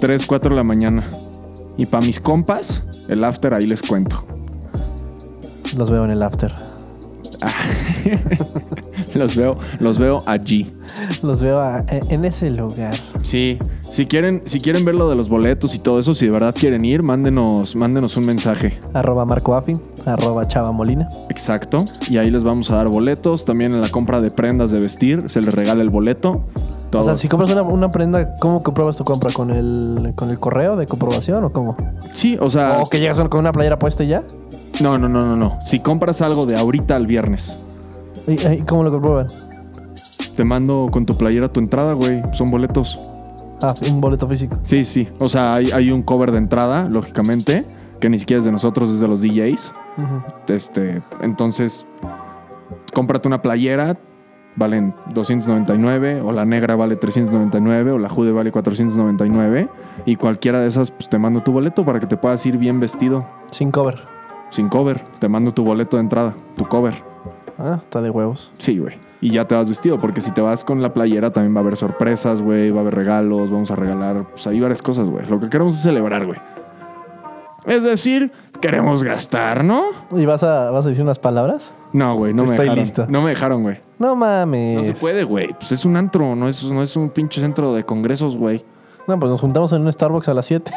B: 3, 4 de la mañana. Y para mis compas, el after ahí les cuento.
A: Los veo en el after.
B: los veo, los veo allí.
A: Los veo a- e-, en ese lugar.
B: Sí, si quieren, si quieren ver lo de los boletos y todo eso, si de verdad quieren ir, mándenos, mándenos un mensaje.
A: Arroba Marco Afi, arroba Chava Molina.
B: Exacto. Y ahí les vamos a dar boletos. También en la compra de prendas de vestir, se les regala el boleto. Todo.
A: O sea, si compras una, una prenda, ¿cómo compruebas tu compra? ¿Con el, ¿Con el correo de comprobación o cómo?
B: Sí, o sea.
A: ¿O que llegas con una playera puesta y ya?
B: No, no, no, no, no. Si compras algo de ahorita al viernes,
A: ¿Y, y cómo lo comprueban?
B: te mando con tu playera tu entrada, güey. Son boletos.
A: Ah, un boleto físico.
B: Sí, sí. O sea, hay, hay un cover de entrada, lógicamente, que ni siquiera es de nosotros, es de los DJs.
A: Ujú.
B: Este, entonces, cómprate una playera, valen 299, o la negra vale 399, o la jude vale 499, y cualquiera de esas, pues te mando tu boleto para que te puedas ir bien vestido,
A: Sin cover.
B: sin cover. Te mando tu boleto de entrada, tu cover.
A: Ah, está de huevos.
B: Sí, güey. Y ya te vas vestido, porque si te vas con la playera también va a haber sorpresas, güey, va a haber regalos, vamos a regalar, pues hay varias cosas, güey. Lo que queremos es celebrar, güey. Es decir, queremos gastar, ¿no?
A: ¿Y vas a, vas a decir unas palabras?
B: No, güey, no me
A: Estoy
B: dejaron.
A: listo.
B: No me dejaron, güey.
A: No mames.
B: No se puede, güey. Pues es un antro, no es, no es un pinche centro de congresos, güey.
A: No, pues nos juntamos en un Starbucks a las 7.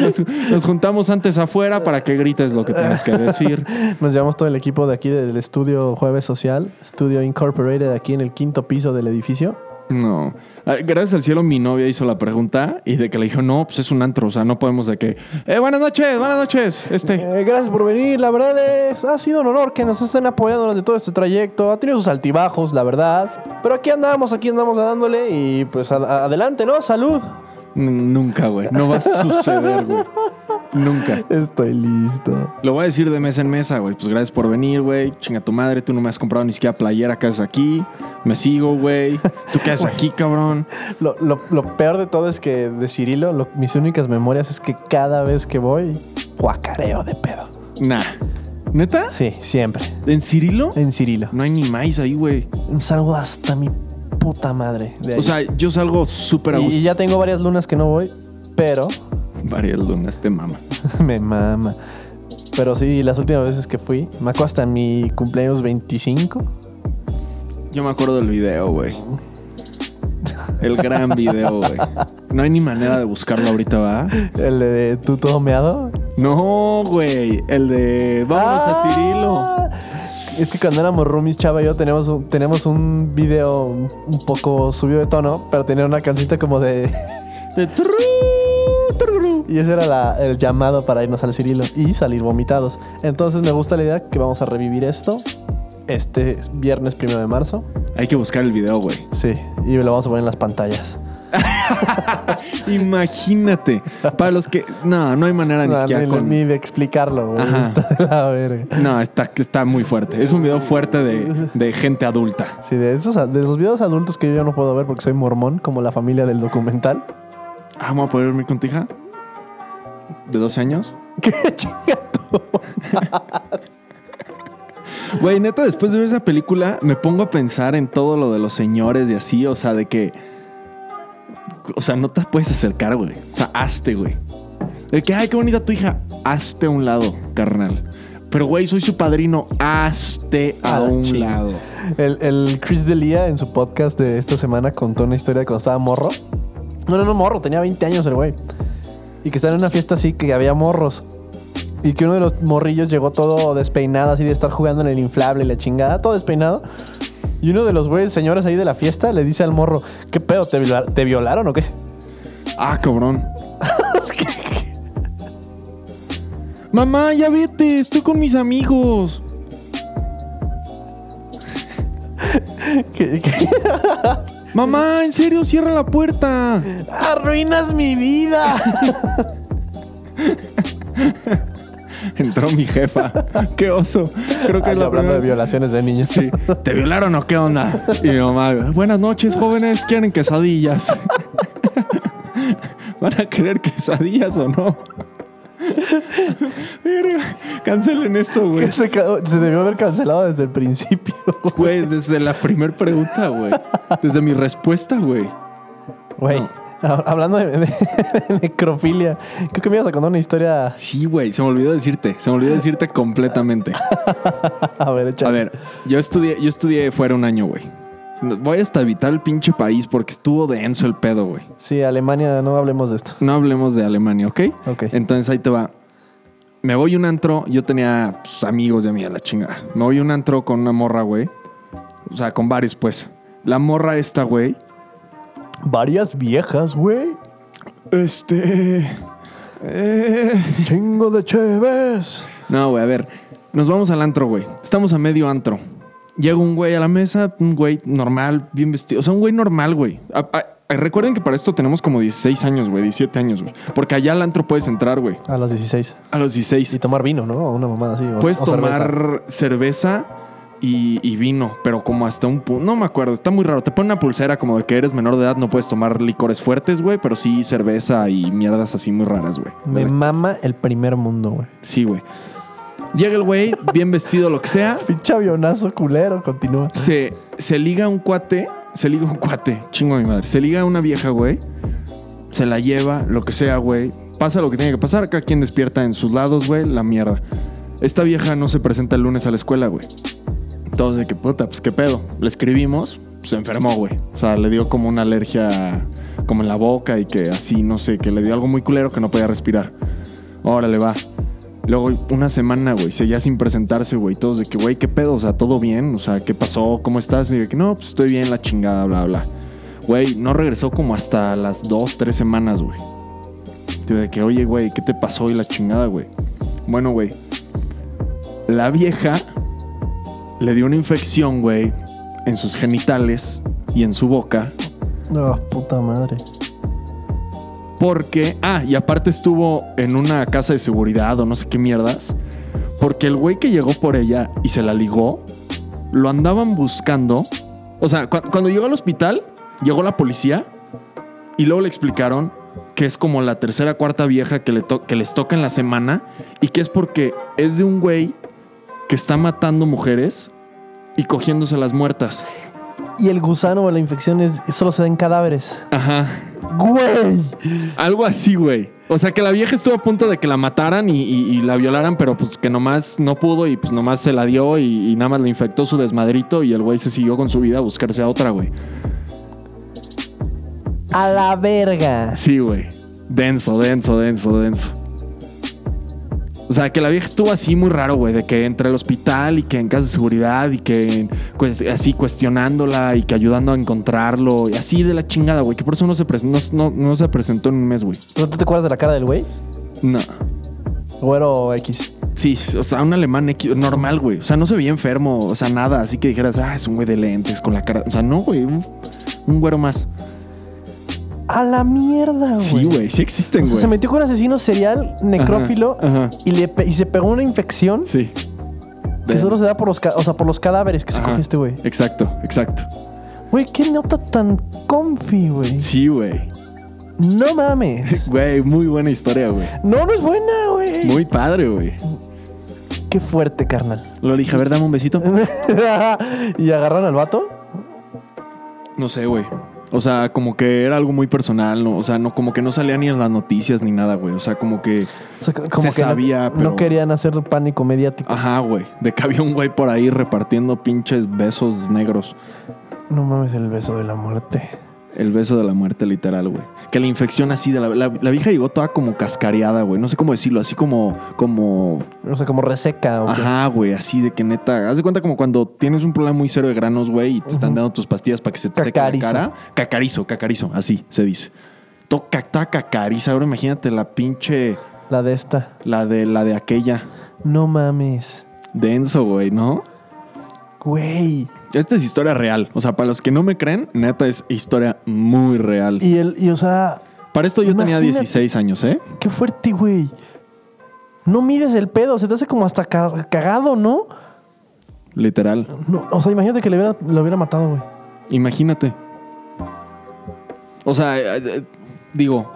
B: Nos, nos juntamos antes afuera para que grites lo que tienes que decir.
A: Nos llevamos todo el equipo de aquí del estudio Jueves Social, estudio Incorporated aquí en el quinto piso del edificio.
B: No. Ah, Gracias al cielo mi novia hizo la pregunta y de que le dijo, no, pues es un antro, o sea, no podemos de que... "Eh, buenas noches, buenas noches. Este...
A: Eh, gracias por venir, la verdad es, ha sido un honor que nos estén apoyando durante todo este trayecto, ha tenido sus altibajos, la verdad, pero aquí andamos, aquí andamos dándole y pues a- a- adelante, ¿no? Salud.
B: N- Nunca, güey. No va a suceder, güey. Nunca.
A: Estoy listo.
B: Lo voy a decir de mesa en mesa, güey. Pues gracias por venir, güey. Chinga tu madre, tú no me has comprado ni siquiera playera que haces aquí. Me sigo, güey. ¿Tú qué haces aquí, cabrón?
A: Lo, lo- lo peor de todo es que de Cirilo, lo- mis únicas memorias es que cada vez que voy, guacareo de pedo.
B: Nah. ¿Neta?
A: Sí, siempre.
B: ¿En Cirilo?
A: En Cirilo.
B: No hay ni maíz ahí, güey.
A: Salgo hasta mi puta madre. de
B: O
A: ahí.
B: sea, yo salgo súper a
A: Y, y
B: gusto.
A: ya tengo varias lunas que no voy, pero
B: Varias lunas, te este mama.
A: me mama. Pero sí, las últimas veces que fui, me acuerdo hasta mi cumpleaños 25.
B: Yo me acuerdo del video, güey. El gran video, güey. No hay ni manera de buscarlo ahorita, ¿va?
A: El de tú todo meado.
B: No, güey. El de vámonos a Cirilo.
A: Ah, Es que cuando éramos roomies, Chava y yo, tenemos un, tenemos un video un poco subido de tono, pero tenía una cancita como de...
B: De tururú, tururú.
A: Y ese era la- el llamado para irnos al Cirilo y salir vomitados. Entonces me gusta la idea que vamos a revivir esto este viernes primero de marzo.
B: Hay que buscar el video, güey.
A: Sí, y lo vamos a poner en las pantallas.
B: Imagínate. Para los que. No, no hay manera ni
A: No,
B: siquiera
A: ni,
B: con.
A: ni de explicarlo, güey.
B: Ajá.
A: Está de la verga.
B: No, está, está muy fuerte. Es un video fuerte de, de gente adulta.
A: Sí, de, esos, de los videos adultos que yo ya no puedo ver porque soy mormón, como la familia del documental.
B: Ah, ¿Vamos a poder dormir con tu hija? ¿De 12 años?
A: ¡Qué chingato!
B: Güey, neta, después de ver esa película, me pongo a pensar en todo lo de los señores y así, o sea, de que. O sea, no te puedes acercar, güey. O sea, hazte, güey. De que, ay, qué bonita tu hija. Hazte a un lado, carnal. Pero, güey, soy su padrino. Hazte a,
A: A la
B: un
A: chinga.
B: lado.
A: El, el Chris D'Elia en su podcast de esta semana contó una historia de cuando estaba morro. No, no, no, morro, tenía 20 años el güey. Y que estaba en una fiesta así que había morros. Y que uno de los morrillos llegó todo despeinado, así de estar jugando en el inflable y la chingada, todo despeinado. Y uno de los güeyes, señores ahí de la fiesta, le dice al morro: ¿Qué pedo? ¿Te, viola- te violaron o qué?
B: Ah, cabrón.
A: Es que-
B: Mamá, ya vete, estoy con mis amigos.
A: que- que-
B: Mamá, en serio, cierra la puerta.
A: ¡Arruinas mi vida!
B: Entró mi jefa. Qué oso. Creo que
A: Ay,
B: es la
A: hablando
B: primera
A: de
B: vez-
A: violaciones de niños.
B: Sí. ¿Te violaron o qué onda? Y mi mamá, buenas noches, jóvenes, ¿quieren quesadillas? ¿Van a querer quesadillas o no? Verga, Cancelen esto, güey.
A: Que se, ca- se debió haber cancelado desde el principio.
B: Güey, desde la primer pregunta, güey. Desde mi respuesta, güey.
A: Güey,
B: No.
A: Ah, Hablando de, de- de necrofilia, creo que me ibas a contar una historia.
B: Sí, güey, se me olvidó decirte, se me olvidó decirte completamente.
A: A ver, echa.
B: A ver, yo estudié, yo estudié fuera un año, güey. No, Voy hasta evitar el pinche país porque estuvo denso el pedo, güey.
A: Sí, Alemania, no hablemos de esto.
B: No hablemos de Alemania, ¿ok?
A: Ok.
B: Entonces ahí te va. Me voy a un antro, yo tenía pues, amigos de mí a la chingada. Me voy a un antro con una morra, güey. O sea, con varios, pues. La morra esta, güey.
A: Varias viejas, güey.
B: Este. eh,
A: Chingo de cheves.
B: No, güey, a ver. Nos vamos al antro, güey. Estamos a medio antro. Llega un güey a la mesa, un güey normal, bien vestido. O sea, un güey normal, güey. A- a- Recuerden que para esto tenemos como 16 años, güey, 17 años, güey. Porque allá al antro puedes entrar, güey.
A: A las 16.
B: A los 16.
A: Y tomar vino, ¿no? O Una mamada así. o-
B: Puedes
A: o cerveza.
B: tomar cerveza, y, y vino, pero como hasta un punto. No me acuerdo, está muy raro. Te ponen una pulsera como de que eres menor de edad, no puedes tomar licores fuertes, güey, pero sí cerveza y mierdas así muy raras, güey.
A: Me mama el primer mundo, güey.
B: Sí, güey. Llega el güey, bien vestido, lo que sea.
A: Pinche avionazo culero, continúa.
B: Se, se liga un cuate, se liga un cuate, chingo a mi madre. Se liga a una vieja, güey. Se la lleva, lo que sea, güey. Pasa lo que tiene que pasar. Cada quien despierta en sus lados, güey, la mierda. Esta vieja no se presenta el lunes a la escuela, güey. Todos de que puta, pues qué pedo. Le escribimos, se enfermó, güey. O sea, le dio como una alergia como en la boca y que así, no sé, que le dio algo muy culero que no podía respirar. Órale, va. Luego una semana, güey, seguía sin presentarse, güey. Todos de que, güey, ¿qué pedo? O sea, ¿todo bien? O sea, ¿qué pasó? ¿Cómo estás? Y de que, no, pues estoy bien, la chingada, bla, bla. Güey, no regresó como hasta las dos, tres semanas, güey. Y De que, oye, güey, ¿qué te pasó? Y la chingada, güey. Bueno, güey. La vieja le dio una infección, güey, en sus genitales y en su boca.
A: No, Ah, puta madre.
B: Porque, ah, y aparte estuvo en una casa de seguridad o no sé qué mierdas. Porque el güey que llegó por ella y se la ligó, lo andaban buscando. O sea, cu- cuando llegó al hospital, llegó la policía y luego le explicaron que es como la tercera cuarta vieja que, le to- que les toca en la semana y que es porque es de un güey que está matando mujeres y cogiéndose las muertas.
A: Y el gusano o la infección es, solo se da en cadáveres.
B: Ajá.
A: ¡Güey!
B: Algo así, güey. O sea, que la vieja estuvo a punto de que la mataran y, y- y la violaran, pero pues que nomás no pudo y pues nomás se la dio y, y nada más le infectó su desmadrito y el güey se siguió con su vida a buscarse a otra, güey.
A: A la verga.
B: Sí, güey. Denso, denso, denso, denso. O sea, que la vieja estuvo así muy raro, güey, de que entre al hospital y que en casa de seguridad y que pues, así cuestionándola y que ayudando a encontrarlo y así de la chingada, güey, que por eso no se, pres- no- no- no se presentó en un mes, güey.
A: ¿No te acuerdas de la cara del güey?
B: No.
A: Güero X.
B: Sí, o sea, un alemán X- normal, güey. O sea, no se veía enfermo, o sea, nada. Así que dijeras, ah, es un güey de lentes con la cara. O sea, no, güey. Un, un güero más.
A: A la mierda, güey.
B: Sí, güey. Sí existen,
A: O sea,
B: güey.
A: se metió con un asesino serial, necrófilo,
B: Ajá, ajá.
A: Y, le pe- y se pegó una infección
B: Sí.
A: que solo se da por los, ca- o sea, por los cadáveres que se
B: Ajá.
A: coge este güey.
B: Exacto, exacto.
A: Güey, qué nota tan comfy, güey.
B: Sí, güey.
A: No mames.
B: Güey, muy buena historia, güey.
A: No, no es buena, güey.
B: Muy padre, güey.
A: Qué fuerte, carnal.
B: Lo dije, a ver, dame un besito.
A: y agarran al vato.
B: No sé, güey. O sea, como que era algo muy personal, ¿no? O sea, no, como que no salía ni en las noticias ni nada, güey. O sea, como que.
A: O sea, c- como
B: Se
A: que no-
B: sabía,
A: no,
B: pero-
A: querían hacer pánico mediático.
B: Ajá, güey. De que había un güey por ahí repartiendo pinches besos negros.
A: No mames, el beso de la muerte.
B: El beso de la muerte, literal, güey. Que la infección así de la, la, la vieja llegó toda como cascareada, güey. No sé cómo decirlo, así como, como,
A: O sea, como reseca. ¿o qué?
B: ajá, güey, así de que neta. Haz de cuenta como cuando tienes un problema muy serio de granos, güey, y te están dando tus pastillas para que se te
A: Cacarizo.
B: seque la cara. Cacarizo, cacarizo, así se dice. Toca, toda cacariza. Ahora imagínate la pinche,
A: La de esta.
B: la de, la de aquella.
A: No mames.
B: Denso, güey, ¿no?
A: Güey.
B: Esta es historia real. O sea, para los que no me creen, neta es historia muy real.
A: Y el, y o sea,
B: para esto yo tenía
A: imagínate.
B: 16 años, ¿eh?
A: qué fuerte, güey. No mides el pedo, se te hace como hasta ca- cagado, ¿no?
B: Literal.
A: No, o sea, imagínate que le hubiera, lo hubiera matado, güey.
B: Imagínate. O sea, eh, eh, digo,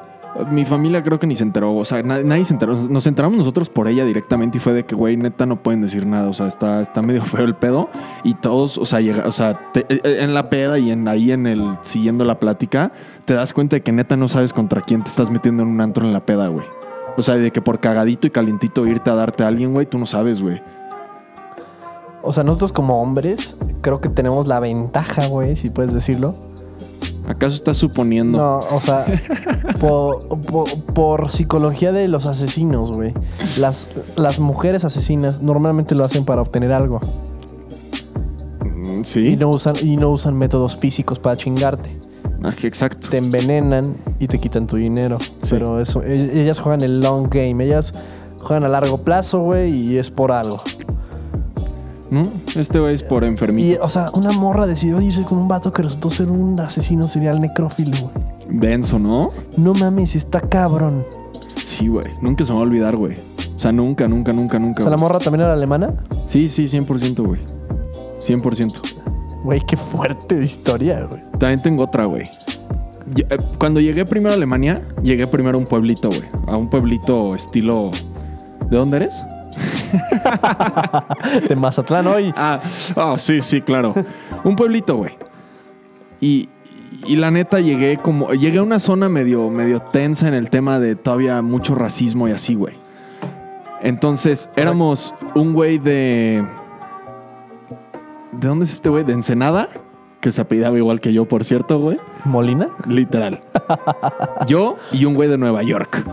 B: Mi familia creo que ni se enteró, o sea, na- nadie se enteró. Nos enteramos nosotros por ella directamente y fue de que, güey, neta, no pueden decir nada, o sea, está, está medio feo el pedo. Y todos, o sea, llega, o sea te- eh, eh, en la peda y en, ahí en el siguiendo la plática, te das cuenta de que neta no sabes contra quién te estás metiendo en un antro en la peda, güey. O sea, de que por cagadito y calientito irte a darte a alguien, güey, tú no sabes, güey.
A: O sea, nosotros como hombres creo que tenemos la ventaja, güey, si puedes decirlo.
B: ¿Acaso estás suponiendo?
A: No, o sea, po- po- por, psicología de los asesinos, güey. Las, las mujeres asesinas normalmente lo hacen para obtener algo.
B: Mm,
A: Y
B: Sí.
A: no usan, y no usan métodos físicos para chingarte.
B: Ah, que exacto.
A: Te envenenan y te quitan tu dinero.
B: Sí.
A: Pero eso, e- ellas juegan el long game. Ellas juegan a largo plazo, güey, y es por algo.
B: ¿No? Este güey es por
A: Y,
B: enfermito.
A: o sea, una morra decidió irse con un vato que resultó ser un asesino serial necrófilo, güey.
B: Denso, ¿no?
A: No mames, está cabrón.
B: Sí, güey. Nunca se me va a olvidar, güey. O sea, nunca, nunca, nunca,
A: O
B: nunca.
A: sea, la
B: güey.
A: morra también era alemana.
B: Sí, sí, 100%, güey. 100%.
A: Güey, qué fuerte de historia, güey.
B: También tengo otra, güey. Yo, eh, Cuando llegué primero a Alemania, llegué primero a un pueblito, güey. A un pueblito estilo... ¿De dónde eres?
A: De Mazatlán hoy.
B: Ah, ah, sí, sí, claro. Un pueblito, güey. Y, y la neta llegué como... Llegué a una zona medio, medio tensa en el tema de todavía mucho racismo y así, güey. Entonces, éramos un güey de... ¿De dónde es este güey? De Ensenada, que se apellidaba igual que yo, por cierto, güey.
A: ¿Molina?
B: Literal. Yo y un güey de Nueva York.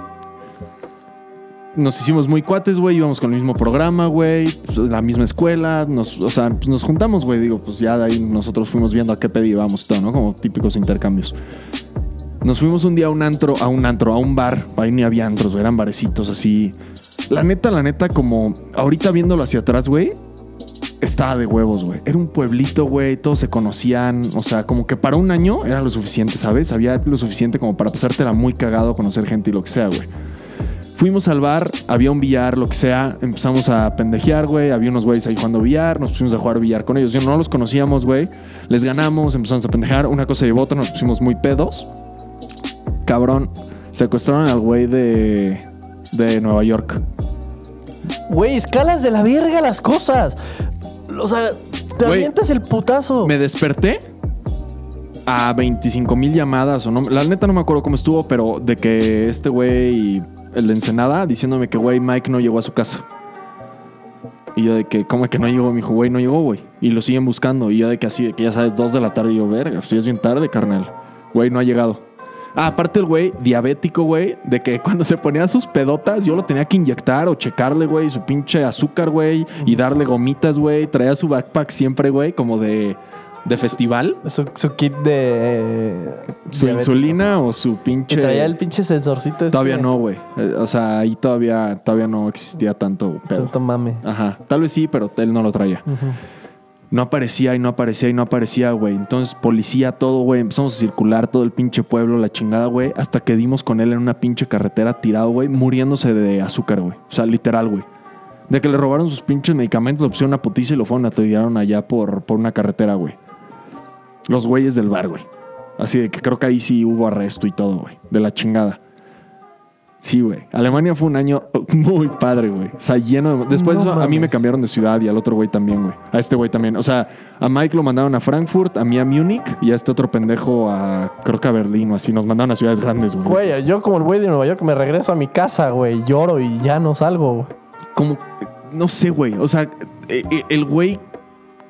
B: Nos hicimos muy cuates, güey. Íbamos con el mismo programa, güey. pues, La misma escuela. Nos, o sea, pues, nos juntamos, güey. Digo, pues ya de ahí nosotros fuimos viendo a qué pedíamos y todo, ¿no? Como típicos intercambios. Nos fuimos un día a un antro, a un antro, a un bar. Ahí ni había antros, güey. Eran barecitos así. La neta, la neta, como ahorita viéndolo hacia atrás, güey. Estaba de huevos, güey. Era un pueblito, güey. Todos se conocían. O sea, como que para un año era lo suficiente, ¿sabes? Había lo suficiente como para pasártela muy cagado, conocer gente y lo que sea, güey. Fuimos al bar, había un billar, lo que sea. Empezamos a pendejear, güey. Había unos güeyes ahí jugando billar. Nos pusimos a jugar billar con ellos. Yo no los conocíamos, güey. Les ganamos, empezamos a pendejear. Una cosa llevó a otra, nos pusimos muy pedos. Cabrón, secuestraron al güey de, de Nueva York.
A: Güey, escalas de la verga las cosas. O sea, te
B: Güey,
A: avientas el putazo.
B: Me desperté a 25 mil llamadas o no. La neta no me acuerdo cómo estuvo, pero de que este güey, el de Ensenada, diciéndome que güey, Mike no llegó a su casa. Y yo de que, ¿cómo que no llegó? Me dijo, güey, no llegó, güey. Y lo siguen buscando. Y yo de que así, de que ya sabes, dos de la tarde. Y yo, verga, pues ya es bien tarde, carnal. Güey, no ha llegado. Ah, aparte el güey, diabético, güey, de que cuando se ponía sus pedotas, yo lo tenía que inyectar o checarle, güey, su pinche azúcar, güey, y darle gomitas, güey. Traía su backpack siempre, güey, como de, de festival.
A: Su, su kit de. eh,
B: Su
A: de-
B: insulina o su
A: Y
B: pinche.
A: traía el pinche sensorcito. este.
B: Todavía no, güey. Eh, O sea, ahí todavía, todavía no existía tanto pedo.
A: Tanto mame.
B: Ajá. Tal vez sí, pero él no lo traía.
A: Ujú.
B: No aparecía y no aparecía y no aparecía, güey. Entonces, policía, todo, güey. Empezamos a circular todo el pinche pueblo, la chingada, güey. Hasta que dimos con él en una pinche carretera tirado, güey, muriéndose de azúcar, güey. O sea, literal, güey. De que le robaron sus pinches medicamentos, le pusieron una putiza y lo fueron a tiraron allá por, por una carretera, güey. Los güeyes del bar, güey. Así de que creo que ahí sí hubo arresto y todo, güey. De la chingada. Sí, güey. Alemania fue un año muy padre, güey. O sea, lleno de... Después
A: No
B: de eso, a mí me
A: mames.
B: cambiaron de ciudad y al otro güey también, güey. A este güey también. O sea, a Mike lo mandaron a Frankfurt, a mí a Múnich y a este otro pendejo a... Creo que a Berlín o así. Nos mandaron a ciudades grandes, güey.
A: Güey, yo como el güey de Nueva York me regreso a mi casa, güey. Lloro y ya no salgo, güey.
B: como, no sé, güey. O sea, eh, eh, el güey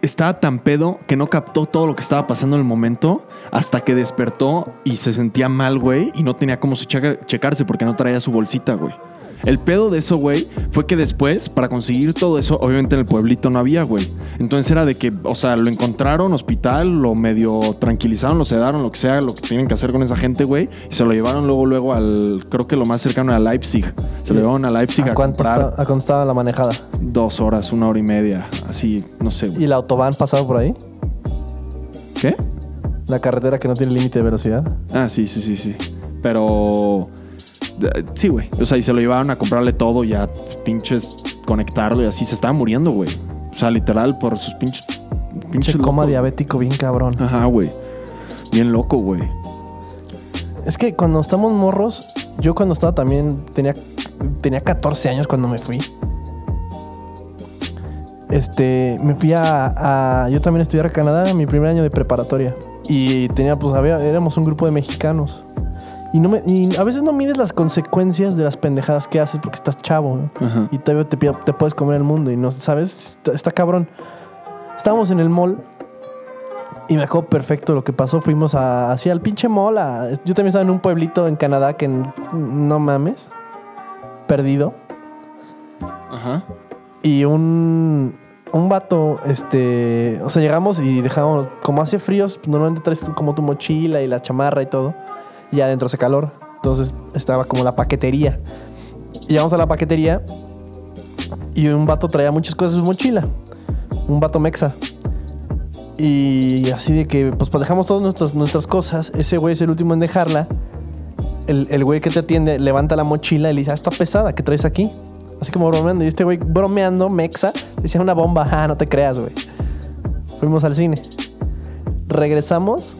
B: estaba tan pedo que no captó todo lo que estaba pasando en el momento hasta que despertó y se sentía mal, güey, y no tenía cómo se checa- checarse porque no traía su bolsita, güey. El pedo de eso, güey, fue que después, para conseguir todo eso, obviamente en el pueblito no había, güey. Entonces era de que, o sea, lo encontraron, hospital, lo medio tranquilizaron, lo sedaron, lo que sea, lo que tienen que hacer con esa gente, güey. Y se lo llevaron luego, luego al, creo que lo más cercano a Leipzig. Se lo llevaron a Leipzig a,
A: ¿A cuánto,
B: comprar
A: está- a cuánto estaba la manejada?
B: dos horas, una hora y media, así, no sé,
A: ¿Y
B: güey.
A: la autobahn pasaba por ahí?
B: ¿Qué?
A: La carretera que no tiene límite de velocidad.
B: Ah, sí, sí, sí, sí. Pero. eh, Sí, güey. O sea, y se lo llevaron a comprarle todo y a pinches conectarlo y así. Se estaba muriendo, güey. O sea, literal, por sus pinches.
A: Pinche
B: Pinches
A: coma
B: loco.
A: diabético bien cabrón.
B: Ajá, güey. Bien loco, güey.
A: Es que cuando estamos morros, yo cuando estaba también tenía, tenía 14 años cuando me fui. Este, me fui a, a- Yo también estudié a Canadá, mi primer año de preparatoria. Y tenía, pues, había, éramos un grupo de mexicanos. Y, no me- y a veces no mides las consecuencias de las pendejadas que haces porque estás chavo, ¿no?
B: Ajá.
A: Y todavía te, pi- te puedes comer el mundo y no sabes, está, está cabrón. Estábamos en el mall y me acuerdo perfecto lo que pasó. Fuimos a, hacia el pinche mall. a- yo también estaba en un pueblito en Canadá que n- no mames, perdido.
B: Ajá.
A: Y un, un vato, este, o sea, llegamos y dejamos, como hace fríos, normalmente traes tú como tu mochila y la chamarra y todo, y adentro hace calor. Entonces estaba como la paquetería. Y Llegamos a la paquetería y un vato traía muchas cosas en su mochila. Un vato mexa. Y así de que, pues, pues dejamos todas nuestras, nuestras cosas. Ese güey es el último en dejarla. El, el güey que te atiende levanta la mochila y le dice, ah, está pesada, ¿qué traes aquí? Así como bromeando. Y este güey bromeando, mexa, le dice una bomba, ah, no te creas, güey. Fuimos al cine. Regresamos,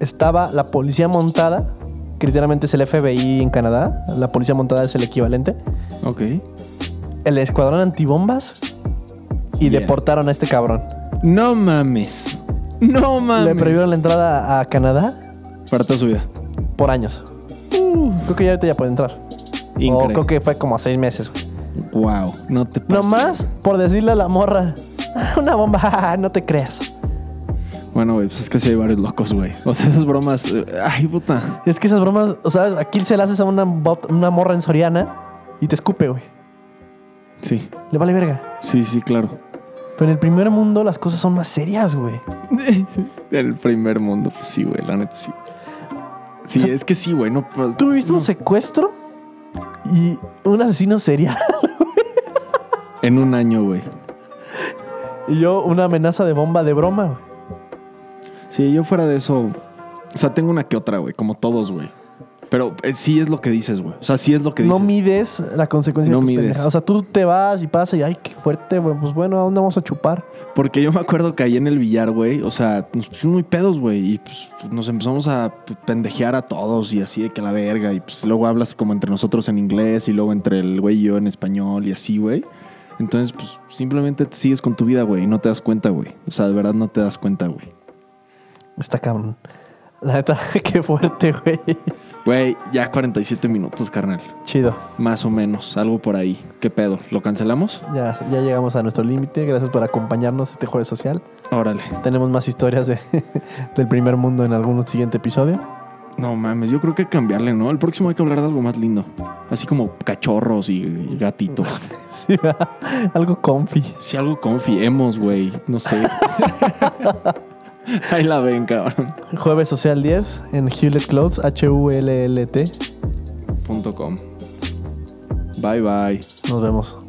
A: estaba la policía montada, que literalmente es el FBI en Canadá. La policía montada es el equivalente.
B: Ok.
A: El escuadrón antibombas y
B: Yeah.
A: deportaron a este cabrón.
B: No mames. No mames. Oh,
A: Le prohibieron la entrada a Canadá
B: Para toda su vida.
A: por años.
B: Uh.
A: Creo que ya ahorita ya puede entrar. O
B: Increíble.
A: creo que fue como a seis meses, güey.
B: Wow. No te pases.
A: Nomás por decirle a la morra, "Ah, una bomba, jajaja, no te creas.
B: Bueno, güey, pues es que sí hay varios locos, güey. O sea, esas bromas. eh, Ay, puta.
A: Es que esas bromas, o sea, aquí se las haces a una, bot- una morra en Soriana y te escupe, güey.
B: Sí.
A: Le vale verga.
B: Sí, sí, claro.
A: Pero en el primer mundo las cosas son más serias, güey.
B: El primer mundo. pues Sí, güey, la neta sí. Sí, es que sí, güey. No, pues, pero-
A: ¿Tú viste un secuestro y un asesino serial?
B: En un año, güey.
A: y yo una amenaza de bomba de broma, güey.
B: Sí, yo fuera de eso. O sea, tengo una que otra, güey. Como todos, güey. Pero eh, sí es lo que dices, güey. O sea, sí es lo que dices.
A: No mides la consecuencia
B: No
A: de tus
B: mides.
A: pendejadas. O sea, tú te vas y pasa y, ay, qué fuerte, güey. Pues bueno, ¿a dónde vamos a chupar?
B: Porque yo me acuerdo que ahí en el billar, güey, o sea, nos pusimos muy pedos, güey, y pues nos empezamos a p- pendejear a todos y así de que la verga, y pues luego hablas como entre nosotros en inglés y luego entre el güey y yo en español y así, güey. Entonces, pues simplemente te sigues con tu vida, güey, y no te das cuenta, güey. O sea, de verdad no te das cuenta, güey.
A: Está cabrón. La neta, qué fuerte, güey.
B: Güey, ya 47 minutos, carnal.
A: Chido.
B: Más o menos, algo por ahí. ¿Qué pedo? ¿Lo cancelamos?
A: Ya, ya llegamos a nuestro límite. Gracias por acompañarnos este jueves social.
B: Órale.
A: Tenemos más historias de- del primer mundo en algún siguiente episodio.
B: No mames, yo creo que hay que cambiarle, ¿no? El próximo hay que hablar de algo más lindo. Así como cachorros y- y gatitos.
A: Sí, ¿verdad? algo comfy.
B: Si algo confiemos, güey. No sé. Ahí la ven, cabrón.
A: Jueves Social 10 en Hewlett Clothes, H-U-L-L-T.
B: Punto com. Bye, bye.
A: Nos vemos.